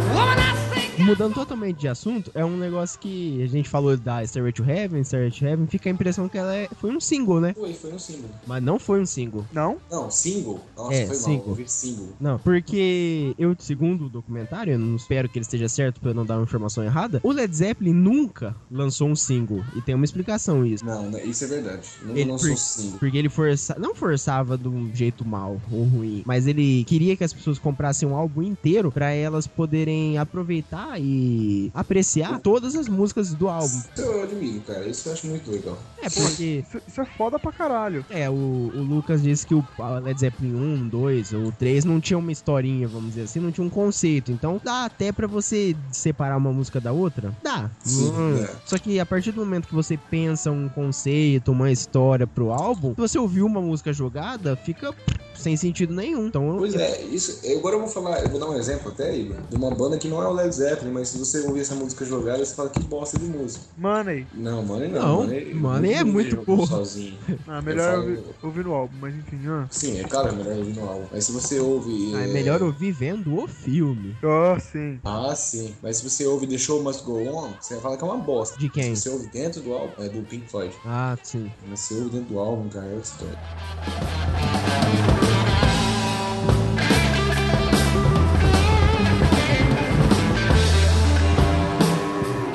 Woman, I think
Mudando totalmente de assunto, é um negócio que a gente falou da Stairway to Heaven, Stairway to Heaven, fica a impressão que ela é- foi um single, né?
Foi, foi um símbolo.
Mas não foi um single.
Não?
Não, single? Nossa,
É,
foi mal.
single.
Eu ouvi single.
Não, porque eu, segundo o documentário, eu não espero que ele esteja certo pra eu não dar uma informação errada, o Led Zeppelin nunca lançou um single. E tem uma explicação isso.
Não, não, isso é verdade. Não
Ele
lançou
por-
single.
Porque ele força... não forçava de um jeito mal ou ruim, mas ele queria que as pessoas comprassem um álbum inteiro pra elas poderem aproveitar e e apreciar todas as músicas do álbum.
Eu admiro, cara. Isso eu acho muito legal.
É, porque
Isso, isso é foda pra caralho.
É, o, o Lucas disse que o Led Zeppelin 1, 2 ou 3 não tinha uma historinha, vamos dizer assim, não tinha um conceito. Então dá até pra você separar uma música da outra? Dá.
Sim,
Hum.
é.
Só que a partir do momento que você pensa um conceito, uma história pro álbum, se você ouvir uma música jogada, fica sem sentido nenhum. Então,
Pois é, isso. eu- Agora eu vou falar, eu vou dar um exemplo até, Igor, de uma banda que não é o Led Zeppelin, mas se você ouvir essa música jogada, você fala que bosta de música.
Money.
Não, Money
Não,
não.
Money é
não
muito
jogou
boa.
Sozinho.
Ah, melhor
Eu falo-
ouvir,
é.
ouvir no álbum, mas enfim. Ah.
Sim, é claro, é melhor ouvir no álbum. Mas se você ouve.
ah, é melhor ouvir vendo o filme.
Ah, sim.
Ah, sim. Mas se você ouve The Show Must Go On, você vai falar que é uma bosta.
De quem?
Se você ouve dentro do álbum, é do Pink Floyd.
Ah, sim.
Mas se você ouve dentro do álbum, cara, é outra história.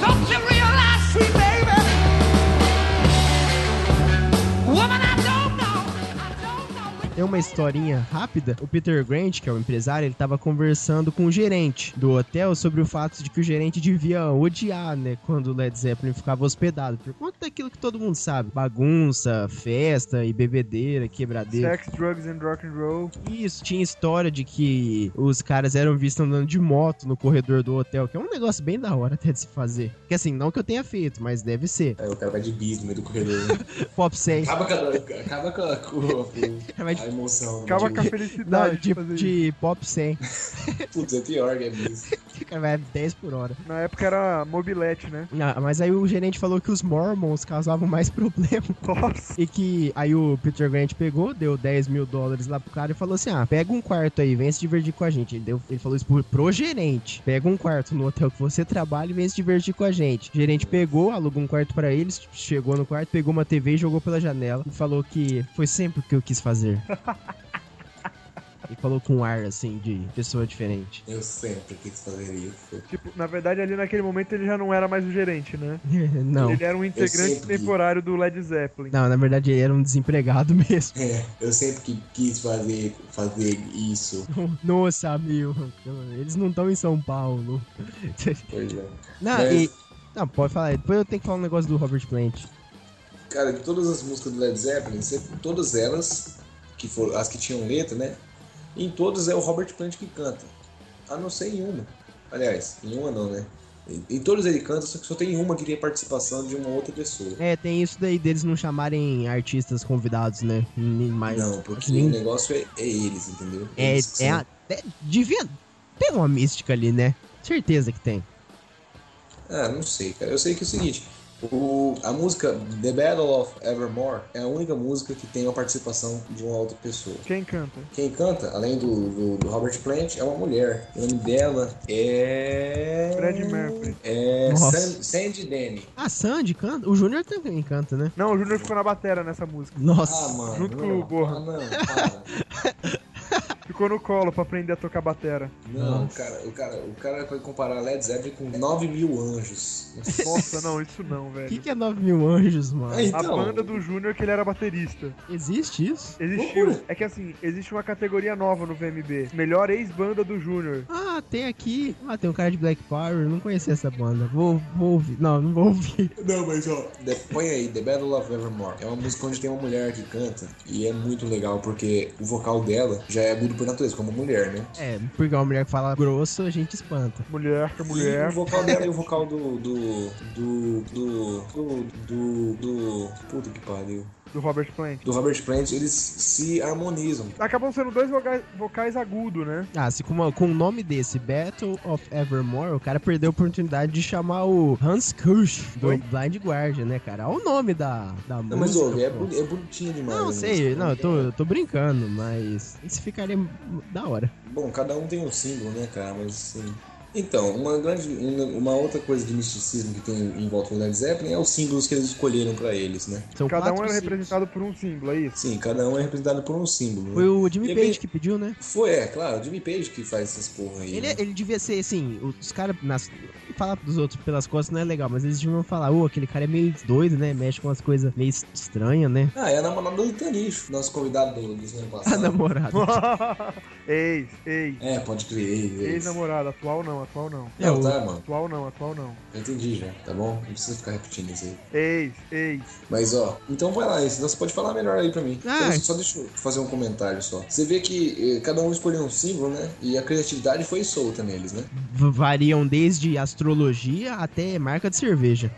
Don't you realize, sweet baby? Woman, I don't know. I don't know which
Tem uma historinha rápida. O Peter Grant, que é o empresário, ele tava conversando com o gerente do hotel sobre o fato de que o gerente devia odiar, né, quando o Led Zeppelin ficava hospedado. Por conta daquilo que todo mundo sabe: bagunça, festa e bebedeira, quebradeira.
Sex, drugs and rock and roll.
Isso, tinha história de que os caras eram vistos andando de moto no corredor do hotel, que é um negócio bem da hora até de se fazer. Que assim, não que eu tenha feito, mas deve ser.
Aí É, o cara vai de bis no meio do corredor. né?
Pop 100.
acaba com a, acaba com a, com a,
Vai de-
a emoção.
Acaba
de-
com a
Não,
felicidade de,
de,
fazer isso.
de pop 100.
Putz, é pior que é bis.
Cara, vai 10 por hora.
Na época era mobilete, né?
Ah, mas aí o gerente falou que os Mormons causavam mais problema.
Nossa.
E que aí o Peter Grant pegou, deu 10 mil dólares lá pro cara e falou assim: ah, pega um quarto aí, vem se divertir com a gente. Ele, deu- ele falou isso pro, pro gerente: pega um quarto no hotel que você trabalha e vem se divertir com a gente. O gerente pegou, alugou um quarto pra eles, chegou no quarto, pegou uma TV e jogou pela janela. E falou que foi sempre o que eu quis fazer. E falou com um ar assim de pessoa diferente.
Eu sempre quis fazer isso.
Tipo, na verdade, ali naquele momento ele já não era mais o gerente, né?
Não.
Ele era um integrante
sempre-
temporário do Led Zeppelin.
Não, na verdade ele era um desempregado mesmo.
É, eu sempre que quis fazer, fazer isso.
Nossa, meu, eles não estão em São Paulo.
Pois é.
Não,
Mas-
e- não, pode falar. Depois eu tenho que falar um negócio do Robert Plant.
Cara, de todas as músicas do Led Zeppelin, se- todas elas, que foram, as que tinham letra, né? Em todas é o Robert Plant que canta. A não ser em uma. Aliás, em uma não, né? Em, em todas ele canta, só que só tem uma que tem participação de uma outra pessoa.
É, tem isso daí deles não chamarem artistas convidados, né? Nem mais.
não, porque
nem-
o negócio é, é eles, entendeu?
É,
Eles que
é,
são-
a- é- devia ter uma mística ali, né? Certeza que tem.
Ah, não sei, cara. Eu sei que é o seguinte. O, a música The Battle of Evermore é a única música que tem a participação de uma outra pessoa.
Quem canta?
Quem canta, além do, do- do Robert Plant, é uma mulher. O nome dela é.
Fred Mercury.
É.
Nossa.
Sam- Sandy Denny.
A Sandy canta. O Júnior também canta, né?
Não, o Júnior ficou na batera nessa música.
Ah,
Nossa.
mano.
junto com
não.
o Borra.
Ah, não, para.
Ficou no colo pra aprender a tocar batera.
Não, cara, o cara, o cara foi comparar Led Zeppelin com 9 mil anjos.
Então.
Nossa, não, isso não,
o
velho.
que, que é 9 mil anjos, mano?
Aí.
A
Então-
banda do Júnior é que ele era baterista.
Existe isso?
Existiu.
Loucura.
É que assim, existe uma categoria nova no VMB. Melhor ex-banda do Júnior.
Ah, tem aqui. Ah, tem um cara de Black Power. Não conhecia essa banda. Vou, vou ouvir. Não, não vou ouvir.
Não, mas ó. The- Põe aí, The Battle of Evermore. É uma música onde tem uma mulher que canta. E é muito legal, porque o vocal dela já é agudo por natureza, como mulher, né?
É, porque uma mulher que fala grosso, a gente espanta.
Mulher,
E o
mulher.
vocal dela e o vocal do. do. do. do. do. do. do puta que pariu.
Do Robert Plant.
Do Robert Plant, eles se harmonizam.
Acabam sendo dois vocais, vocais agudos, né?
Ah, se com, uma- com um nome desse, Battle of Evermore, o cara perdeu a oportunidade de chamar o Hans Kirsch do
Oi?
Blind Guardian, né, cara? Olha o nome da, da
Não,
música.
mas ouve, é,
pô.
bu- é bonitinho demais.
Não,
a
sei,
música.
não, eu tô, eu tô brincando, mas isso ficaria da hora.
Bom, cada um tem um símbolo, né, cara? Mas assim. Então, uma grande. Uma, uma outra coisa de misticismo que tem em volta do Led Zeppelin é os símbolos que eles escolheram pra eles, né?
São
Cada um
quatro
era
símbolos.
representado por um símbolo, é isso?
Sim, cada um é representado por um símbolo.
Foi
né?
o Jimmy
E é
Page
bem-
que pediu, né?
Foi, é, claro, o Jimmy Page que faz essas porra aí.
Ele,
né?
ele devia ser assim, os caras nas falar dos outros pelas costas não é legal, mas eles deviam falar, ô, aquele cara é meio doido, né? Mexe com umas coisas meio estranhas, né?
Ah, é a namorada do Itanixo, nosso convidado do, do cinema
A
passado.
namorada.
ex, ex.
É, pode crer, ex, ex.
Ex-namorada, atual não, atual não.
É,
Não,
o-
tá, mano.
Atual não, atual não.
Eu entendi já, tá bom? Não precisa ficar repetindo isso aí.
Ex, ex.
Mas ó, então vai lá, senão você pode falar melhor aí pra mim.
Ah.
Só- Só deixa eu fazer um comentário só. Você vê que eh, cada um escolheu um símbolo, né? E a criatividade foi solta neles, né?
V- Variam desde astrologia até marca de cerveja.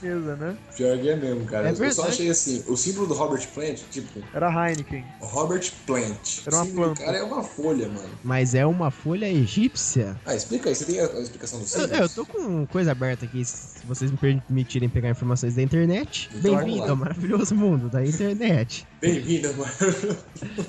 Beleza, né?
Pior que é mesmo, cara.
É
eu só
verdade.
achei assim, o símbolo do Robert Plant, tipo,
Era Heineken.
Robert Plant.
Era uma
o símbolo
planta.
do cara é uma folha, mano.
Mas é uma folha egípcia.
Ah, explica aí, você tem a, a explicação do
Eu,
símbolo?
eu tô com coisa aberta aqui, se vocês me permitirem pegar informações da internet.
Então, vamos
Bem-vindo
lá.
ao maravilhoso mundo da internet.
Bem-vindo, mano.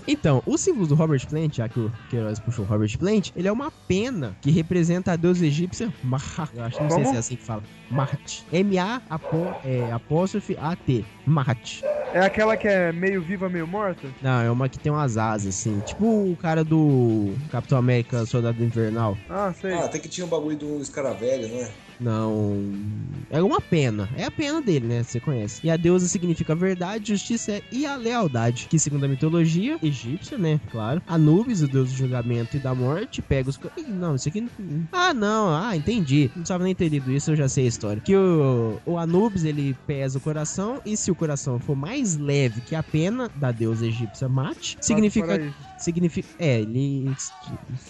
Então, o símbolo do Robert Plant, já que o Queiroz puxou o Robert Plant, ele é uma pena que representa a deusa egípcia Mahat. Eu acho que não sei
Como?
se é assim que fala. Mahat. é, M-A-apóstrofe-A-T. Mahat.
É aquela que é meio viva, meio morta?
Não, é uma que tem umas asas, assim. Tipo o cara do Capitão América Soldado Invernal.
Ah, sei.
Ah, até que tinha o bagulho do escaravelho, não é?
Não. É uma pena. É a pena dele, né? Você conhece. E a deusa significa verdade, justiça e a lealdade. Que, segundo a mitologia egípcia, né? Claro. Anubis, o deus do julgamento e da morte, pega os. co- Ih, não, isso aqui. não- Ah, não. Ah, entendi. Não precisava nem ter lido isso, eu já sei a história. Que o, o Anubis, ele pesa o coração. E se o coração for mais leve que a pena da deusa egípcia Mate, significa.
Para aí.
significa é, ele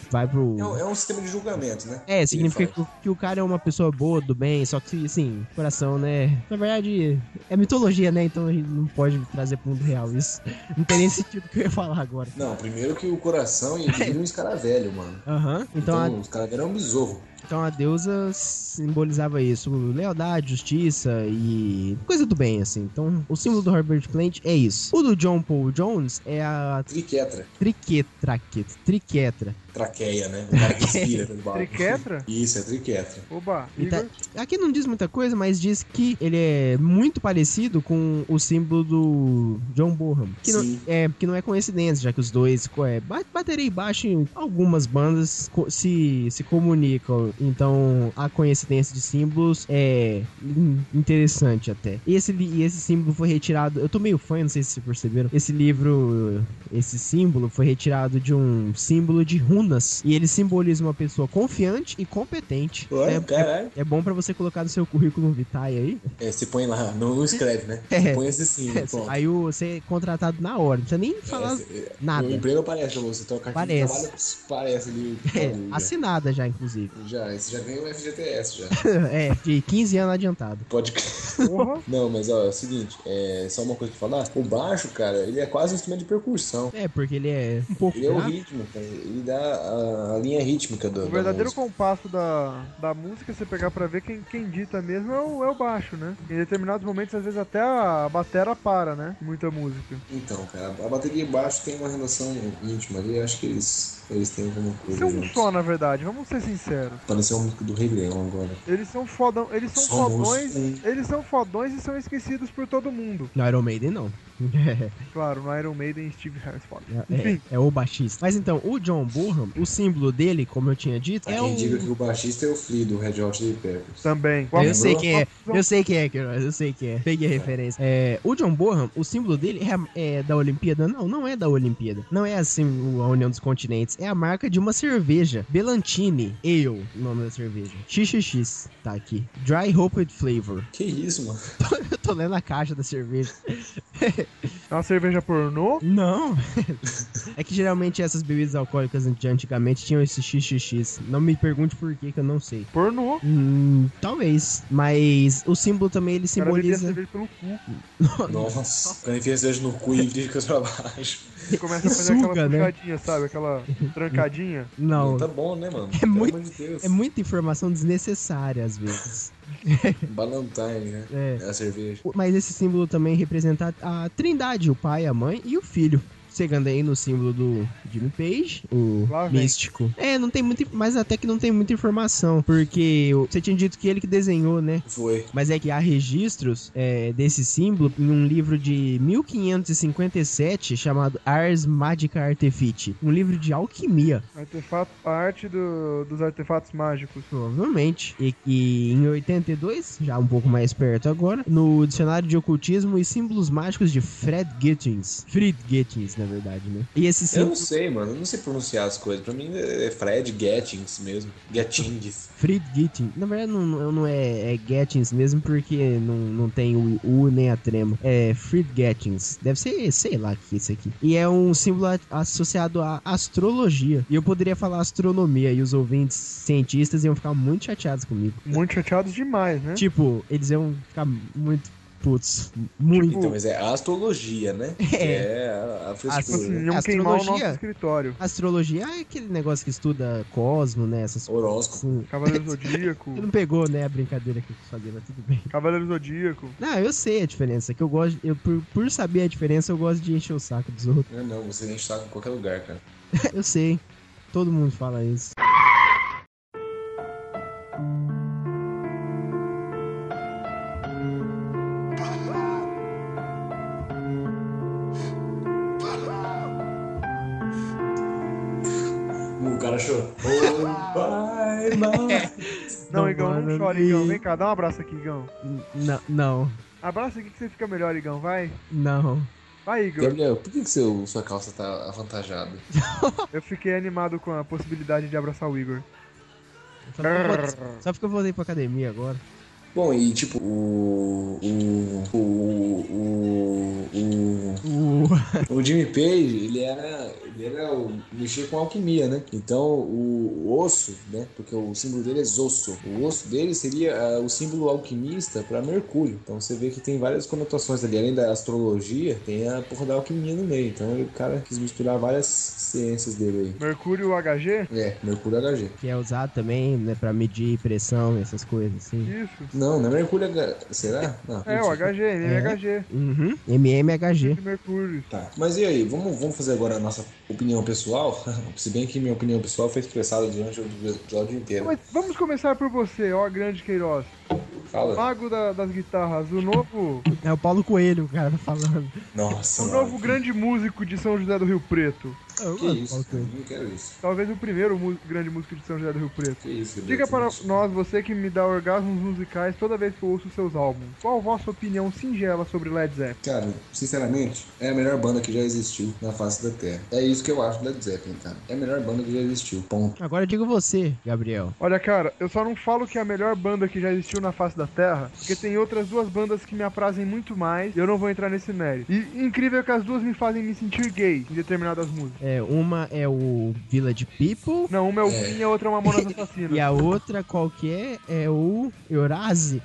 vai pro.
É um, é um sistema de julgamento, né?
É, significa
Ele
que, o- que o cara é uma pessoa boa, do bem, só que, assim, coração, né? Na verdade, é mitologia, né? Então a gente não pode trazer pro mundo real isso. Não tem nem sentido o que eu ia falar agora.
faz. Não, primeiro que o coração e vira um escaravelho, mano.
Aham, então,
Então,
a-
os caras eram um besouro.
então a deusa simbolizava isso, lealdade, justiça e coisa do bem, assim. Então o símbolo do Herbert Plant é isso. O do John Paul Jones é a
Triquetra.
triquetra, triquetra.
Traqueia, né? O cara que respira pelo bagulho.
Triquetra?
Isso, é triquetra.
Oba,
E tá-
Igor.
Aqui não diz muita coisa, mas diz que ele é muito parecido com o símbolo do John Bonham. Que não,
Sim.
é, que não é coincidência, já que os dois co- é, ba- bateria e baixo em algumas bandas co- se, se comunicam. Então a coincidência de símbolos é in- interessante até. E esse, li- e esse símbolo foi retirado. Eu tô meio fã, não sei se vocês perceberam. Esse livro, esse símbolo foi retirado de um símbolo de runas. E ele simboliza uma pessoa confiante e competente.
Ué,
É- é
caralho.
é bom pra você colocar no seu currículo vitae aí.
É, você põe lá, não, não escreve, né?
É.
Põe esse sim, pronto.
aí o- você é contratado na hora. Não precisa nem falar
É,
nada.
O emprego aparece pra você, então a carteira de
Parece.
trabalho parece ali.
É, assinada já, inclusive.
Já, você já ganha um o FGTS já.
é, de 15 anos adiantado.
Pode.
Porra.
Não, mas ó, é o seguinte, é só uma coisa pra falar. O baixo, cara, ele é quase um instrumento de percussão.
É, porque ele é um pouco.
Ele é o
fraco.
ritmo, cara. Ele dá a, a linha rítmica do.
O
da
verdadeiro
música.
compasso da, da música, você pegar pra ver, quem, quem dita mesmo é o, é o baixo, né? Em determinados momentos, às vezes até a batera para, né? Muita música.
Então, cara, a bateria e baixo tem uma relação íntima ali. Acho que eles, eles têm alguma coisa.
Isso é um
juntos.
só, na verdade, vamos ser sinceros.
Pareceu um músico do Rei Leão agora.
Eles são fodão, eles são
Somos
fodões,
um.
eles são fodões e são esquecidos por todo mundo.
No Iron Maiden, não.
Claro, no Iron Maiden e Steve Harris foda.
É, é o baixista. Mas então, o John Bonham, o símbolo dele, como eu tinha dito,
Há
é
quem
o.
diga que o baixista é o Flea do Red Hot Chili Peppers.
Também.
Eu sei quem é, eu sei quem é, Queiroz, eu sei quem é. Peguei a referência. É, o John Bonham, o símbolo dele é, a- é da Olimpíada? Não, não é da Olimpíada. Não é assim o- a União dos Continentes. É a marca de uma cerveja. Belantine Ale, o nome da cerveja. XXX, tá aqui. Dry Hoped Flavor.
Que isso, mano?
Eu tô lendo a caixa da cerveja.
É uma cerveja pornô?
Não. é que geralmente essas bebidas alcoólicas de antigamente tinham esse XXX. Não me pergunte por que que eu não sei.
Pornô.
Hum, talvez. Mas o símbolo também, ele
O cara bebia
simboliza...
cerveja pelo cu
Nossa, o cara enfia cerveja no cu e fica pra baixo.
e começa a fazer
Suga,
aquela
né?
puxadinha, sabe? Aquela trancadinha.
Não,
Tá bom, né, mano?
É muito-
amor de Deus.
É muita informação desnecessária às vezes.
Balantine, né?
É.
É a cerveja.
Mas esse símbolo também representa a Trindade, o pai, a mãe e o filho. Chegando aí no símbolo do Jimmy Page, o
Lá vem.
místico. É, não tem muito, mas até que não tem muita informação, porque o- você tinha dito que ele que desenhou, né?
Foi.
Mas é que há registros é, desse símbolo em um livro de 1557 chamado Ars Magica Artefici, um livro de alquimia,
Artefato, a arte do- dos artefatos mágicos.
provavelmente. E, e em 82, já um pouco mais perto agora, no Dicionário de Ocultismo e Símbolos Mágicos de Fred Gittins. Fred Gittins, na verdade, né? E esse
Eu
símbolo,
não sei, mano. Eu não sei pronunciar as coisas. Pra mim é Fred Gettings mesmo. Gettings.
Fred Gittins, na verdade não, não não é, é Gittins mesmo, porque não, não tem o U nem a trema. É Fred Gittins. Deve ser, sei lá, que isso aqui. E é um símbolo a- associado à astrologia. E eu poderia falar astronomia, e os ouvintes cientistas iam ficar muito chateados comigo.
Muito chateados demais, né?
Tipo, eles iam ficar muito putos. Muito.
Então, mas é astrologia, né? Que É, a, a
Tipo
frescura.
assim,
né?
iam queimar o nosso
Astrologia?
escritório.
Astrologia é aquele negócio que estuda cosmo, né? Essas
Horóscopo.
coisas.
Cavaleiro Zodíaco.
Você não pegou, né, a brincadeira que eu quis fazer, mas tudo bem.
Cavaleiro Zodíaco.
Não, eu sei a diferença, que eu gosto, eu, por, por saber a diferença, eu gosto de encher o saco dos outros.
Não, não, você enche o saco em qualquer lugar, cara.
Eu sei, todo mundo fala isso.
Hum, O cara chorou. Oh, vai, mano.
Não,
Não,
Igão, não
mano,
chora,
e-
Igão. Vem cá, dá um abraço aqui, Igão.
N- Não, não,
Abraça aqui que você fica melhor, Igão. Vai.
não.
Vai, Igor.
Gabriel, por que, que seu, sua calça tá avantajada?
Eu fiquei animado com a possibilidade de abraçar o Igor.
Só porque eu vou- Só porque eu voltei pra academia agora.
Bom, e tipo, o. O. O. O. o-
Uh,
O Jimmy Page, ele era, ele era o, mexia com alquimia, né? Então, o, o osso, né? Porque o símbolo dele é Zosso. O osso dele seria ah, o símbolo alquimista para Mercúrio. Então, você vê que tem várias conotações ali. Além da astrologia, tem a porra da alquimia no meio. Então, o cara quis misturar várias ciências dele
Mercúrio HG?
aí. É, Mercúrio HG.
que é usado também, né, pra medir pressão e essas coisas, assim.
Isso.
Não, não é Mercúrio H... Será? Não,
É, o
mentira.
HG, MHG.
Uhum, MMHG.
De Mercúrio.
Tá. Mas e aí, vamos, vamos fazer agora a nossa opinião pessoal? Se bem que minha opinião pessoal foi expressada durante o episódio inteiro.
Mas vamos começar por você, ó, grande Queiroz.
Fala.
Mago da- das guitarras, o novo,
É o Paulo Coelho, o cara tá falando.
Nossa,
o
mano.
É um novo grande músico de São José do Rio Preto.
Eu
Que é
gosto do
isso?
Paulo Coelho.
Não quero isso.
Talvez o primeiro mu- grande músico de São José do Rio Preto.
Que isso,
Diga
Gabriel,
para
você não-
nós, você que me dá orgasmos musicais toda vez que eu ouço seus álbuns, qual a vossa opinião singela sobre Led Zeppelin?
Cara, sinceramente, é a melhor banda que já existiu na face da Terra. É isso que eu acho da Led Zeppelin, cara. É a melhor banda que já existiu. Ponto.
Agora diga você, Gabriel.
Olha, cara, eu só não falo que é a melhor banda que já existiu na face da Terra, porque tem outras duas bandas que me aprazem muito mais, e eu não vou entrar nesse mérito. E incrível que as duas me fazem me sentir gay em determinadas músicas.
É, uma é o Village People
Não, uma é o Queen e a outra é uma Mamonas Assassinas.
e a outra qualquer é o Eurase.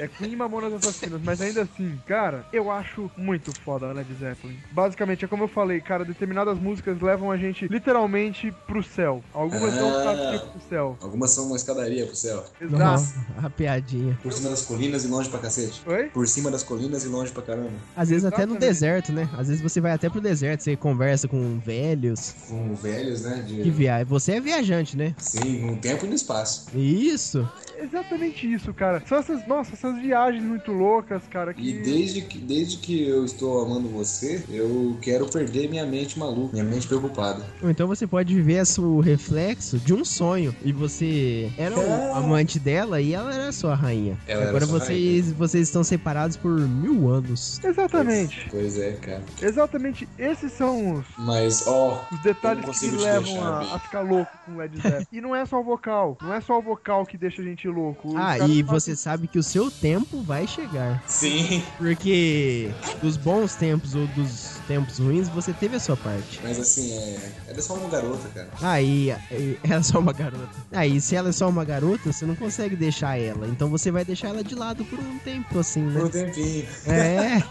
É Queen e Mamonas Assassinas, mas ainda assim, cara, eu acho muito foda a Led Zeppelin. Basicamente, é como eu falei, cara, determinadas músicas levam a gente literalmente pro céu. Algumas dão um
Ah.
passeio pro céu.
Algumas são uma escadaria pro céu.
Exato.
a piadinha.
Por cima das colinas e longe pra cacete.
Oi?
Por cima das colinas e longe pra caramba.
Às vezes até no
Exatamente.
deserto, né? Às vezes você vai até pro deserto, você conversa com velhos.
Com velhos, né?
Que
De...
viagem. Você é viajante, né?
Sim, no tempo e no espaço.
Isso.
Exatamente isso, cara. São essas, nossa, essas viagens muito loucas, cara, que...
E desde que, desde que eu estou amando você, eu quero perder minha mente maluca, minha mente preocupada.
Ou então você pode viver a o reflexo de um sonho. E você era o amante dela e ela era a sua rainha.
Ela era
Agora
sua
vocês, vocês estão separados por mil anos.
Exatamente.
Pois é, cara.
Exatamente. Esses são os,
Mas, ó,
os
Eu
detalhes
não
que
consigo te
levam
deixar,
a,
Bi.
a ficar louco com Led Zeppelin. e não é só o vocal. Não é só o vocal que deixa a gente louco. Os
Ah,
caras
e
fazem-
você sabe que o seu tempo vai chegar.
sim.
Porque dos bons tempos ou dos tempos ruins, você teve a sua parte.
Mas assim, é... era só uma garota, cara.
Aí, aí, ela é só uma garota. Aí, se ela é só uma garota, você não consegue deixar ela. Então você vai deixar ela de lado por um tempo, assim,
Por
né?
um tempinho.
É.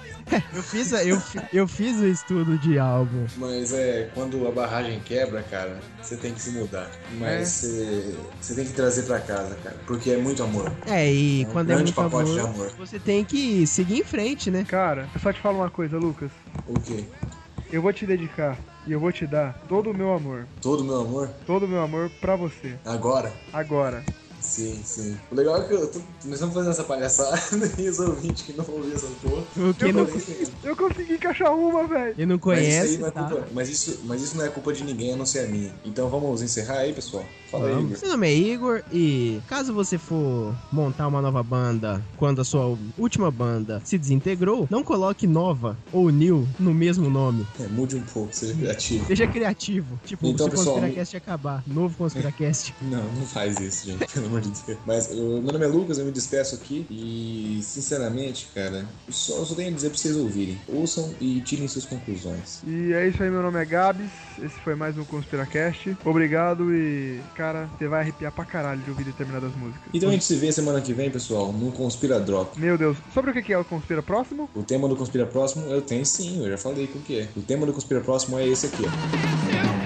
Eu fiz, a- eu, fi- eu fiz o estudo de álbum.
Mas é, quando a barragem quebra, cara, você tem que se mudar. Mas
É.
você você tem que trazer pra casa, cara. Porque é muito amor.
É, e
um
quando é
grande
muito
pacote
amor,
de amor.
você tem que seguir em frente, né?
Cara, eu só te falo uma coisa, Lucas.
O quê?
Eu vou te dedicar e eu vou te dar todo o meu amor.
Todo meu amor,
Todo o meu amor pra você.
agora.
Agora.
Sim, sim. O legal é que eu tô começando a fazer essa palhaçada e os ouvintes que não ouviram essa porra.
O que
Eu
não,
falei, "Sim,
Eu consegui encaixar uma, velho.
quem não
Mas isso,
conhece,
aí não é
tá?
culpa, mas, isso, mas isso não é culpa de ninguém, a não ser a minha. Então vamos encerrar aí, pessoal. Fala aí,
Vamos.
Igor.
Meu nome é Igor e caso você for montar uma nova banda quando a sua última banda se desintegrou, não coloque nova ou new no mesmo nome.
É, mude um pouco, seja criativo.
Seja criativo. Tipo,
Então,
se o
pessoal,
Conspiracast acabar, novo Conspiracast.
Não, não faz isso, gente, pelo amor de Deus. Mas o meu nome é Lucas, eu me despeço aqui e, sinceramente, cara, eu só, eu só tenho a dizer pra vocês ouvirem. Ouçam e tirem suas conclusões.
E é isso aí, meu nome é Gabs. Esse foi mais um Conspiracast. Obrigado e, cara, você vai arrepiar pra caralho de ouvir determinadas músicas.
Então a gente se vê semana que vem, pessoal, no Conspira Drop.
Meu Deus, sobre o que que é o Conspira Próximo?
O tema do Conspira Próximo eu tenho sim, eu já falei qual que é. O tema do Conspira Próximo é esse aqui, ó.
Thank you.